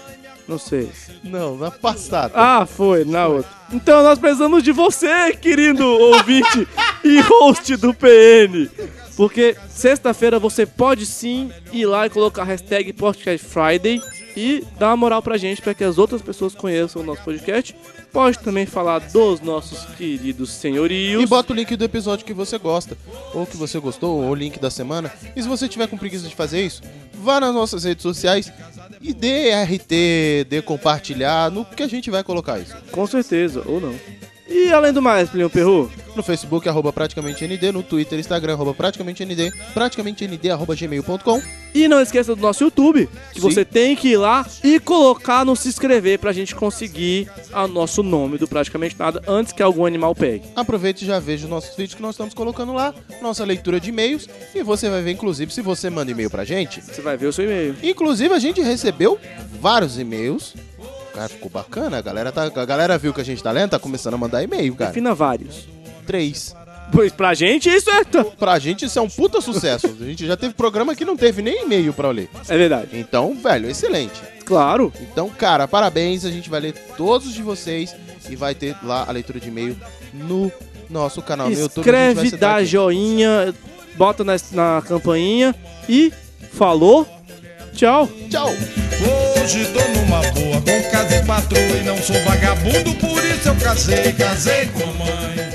Não sei.
Não, na passada.
Ah, foi, na outra. Então nós precisamos de você, querido (laughs) ouvinte e host do PN. Porque sexta-feira você pode sim ir lá e colocar a hashtag Podcast Friday e dar uma moral pra gente para que as outras pessoas conheçam o nosso podcast. Pode também falar dos nossos queridos senhorios.
E bota o link do episódio que você gosta, ou que você gostou, ou o link da semana. E se você tiver com preguiça de fazer isso, vá nas nossas redes sociais e dê RT, dê compartilhar, no que a gente vai colocar isso.
Com certeza, ou não. E além do mais, Plinio Perru,
No Facebook, arroba praticamente ND, no Twitter, Instagram, arroba praticamente ND, praticamente ND, arroba gmail.com.
E não esqueça do nosso YouTube, que você tem que ir lá e colocar no se inscrever pra gente conseguir o nosso nome do Praticamente Nada antes que algum animal pegue.
Aproveite e já veja os nossos vídeos que nós estamos colocando lá, nossa leitura de e-mails, e você vai ver, inclusive, se você manda e-mail pra gente.
Você vai ver o seu e-mail.
Inclusive, a gente recebeu vários e-mails. Cara, ficou bacana. A galera, tá, a galera viu que a gente tá lendo, tá começando a mandar e-mail, cara.
Defina vários.
Três.
Pois pra gente isso é.
Pra gente isso é um puta sucesso. A gente já teve programa que não teve nem e-mail pra ler.
É verdade.
Então, velho, excelente.
Claro.
Então, cara, parabéns. A gente vai ler todos de vocês e vai ter lá a leitura de e-mail no nosso canal no YouTube. a gente vai
Escreve,
citar
dá
aqui.
joinha, bota na, na campainha e falou. Tchau.
Tchau.
Hoje tô numa boa, com casa em patrulha e não sou vagabundo, por isso eu casei, casei com mãe.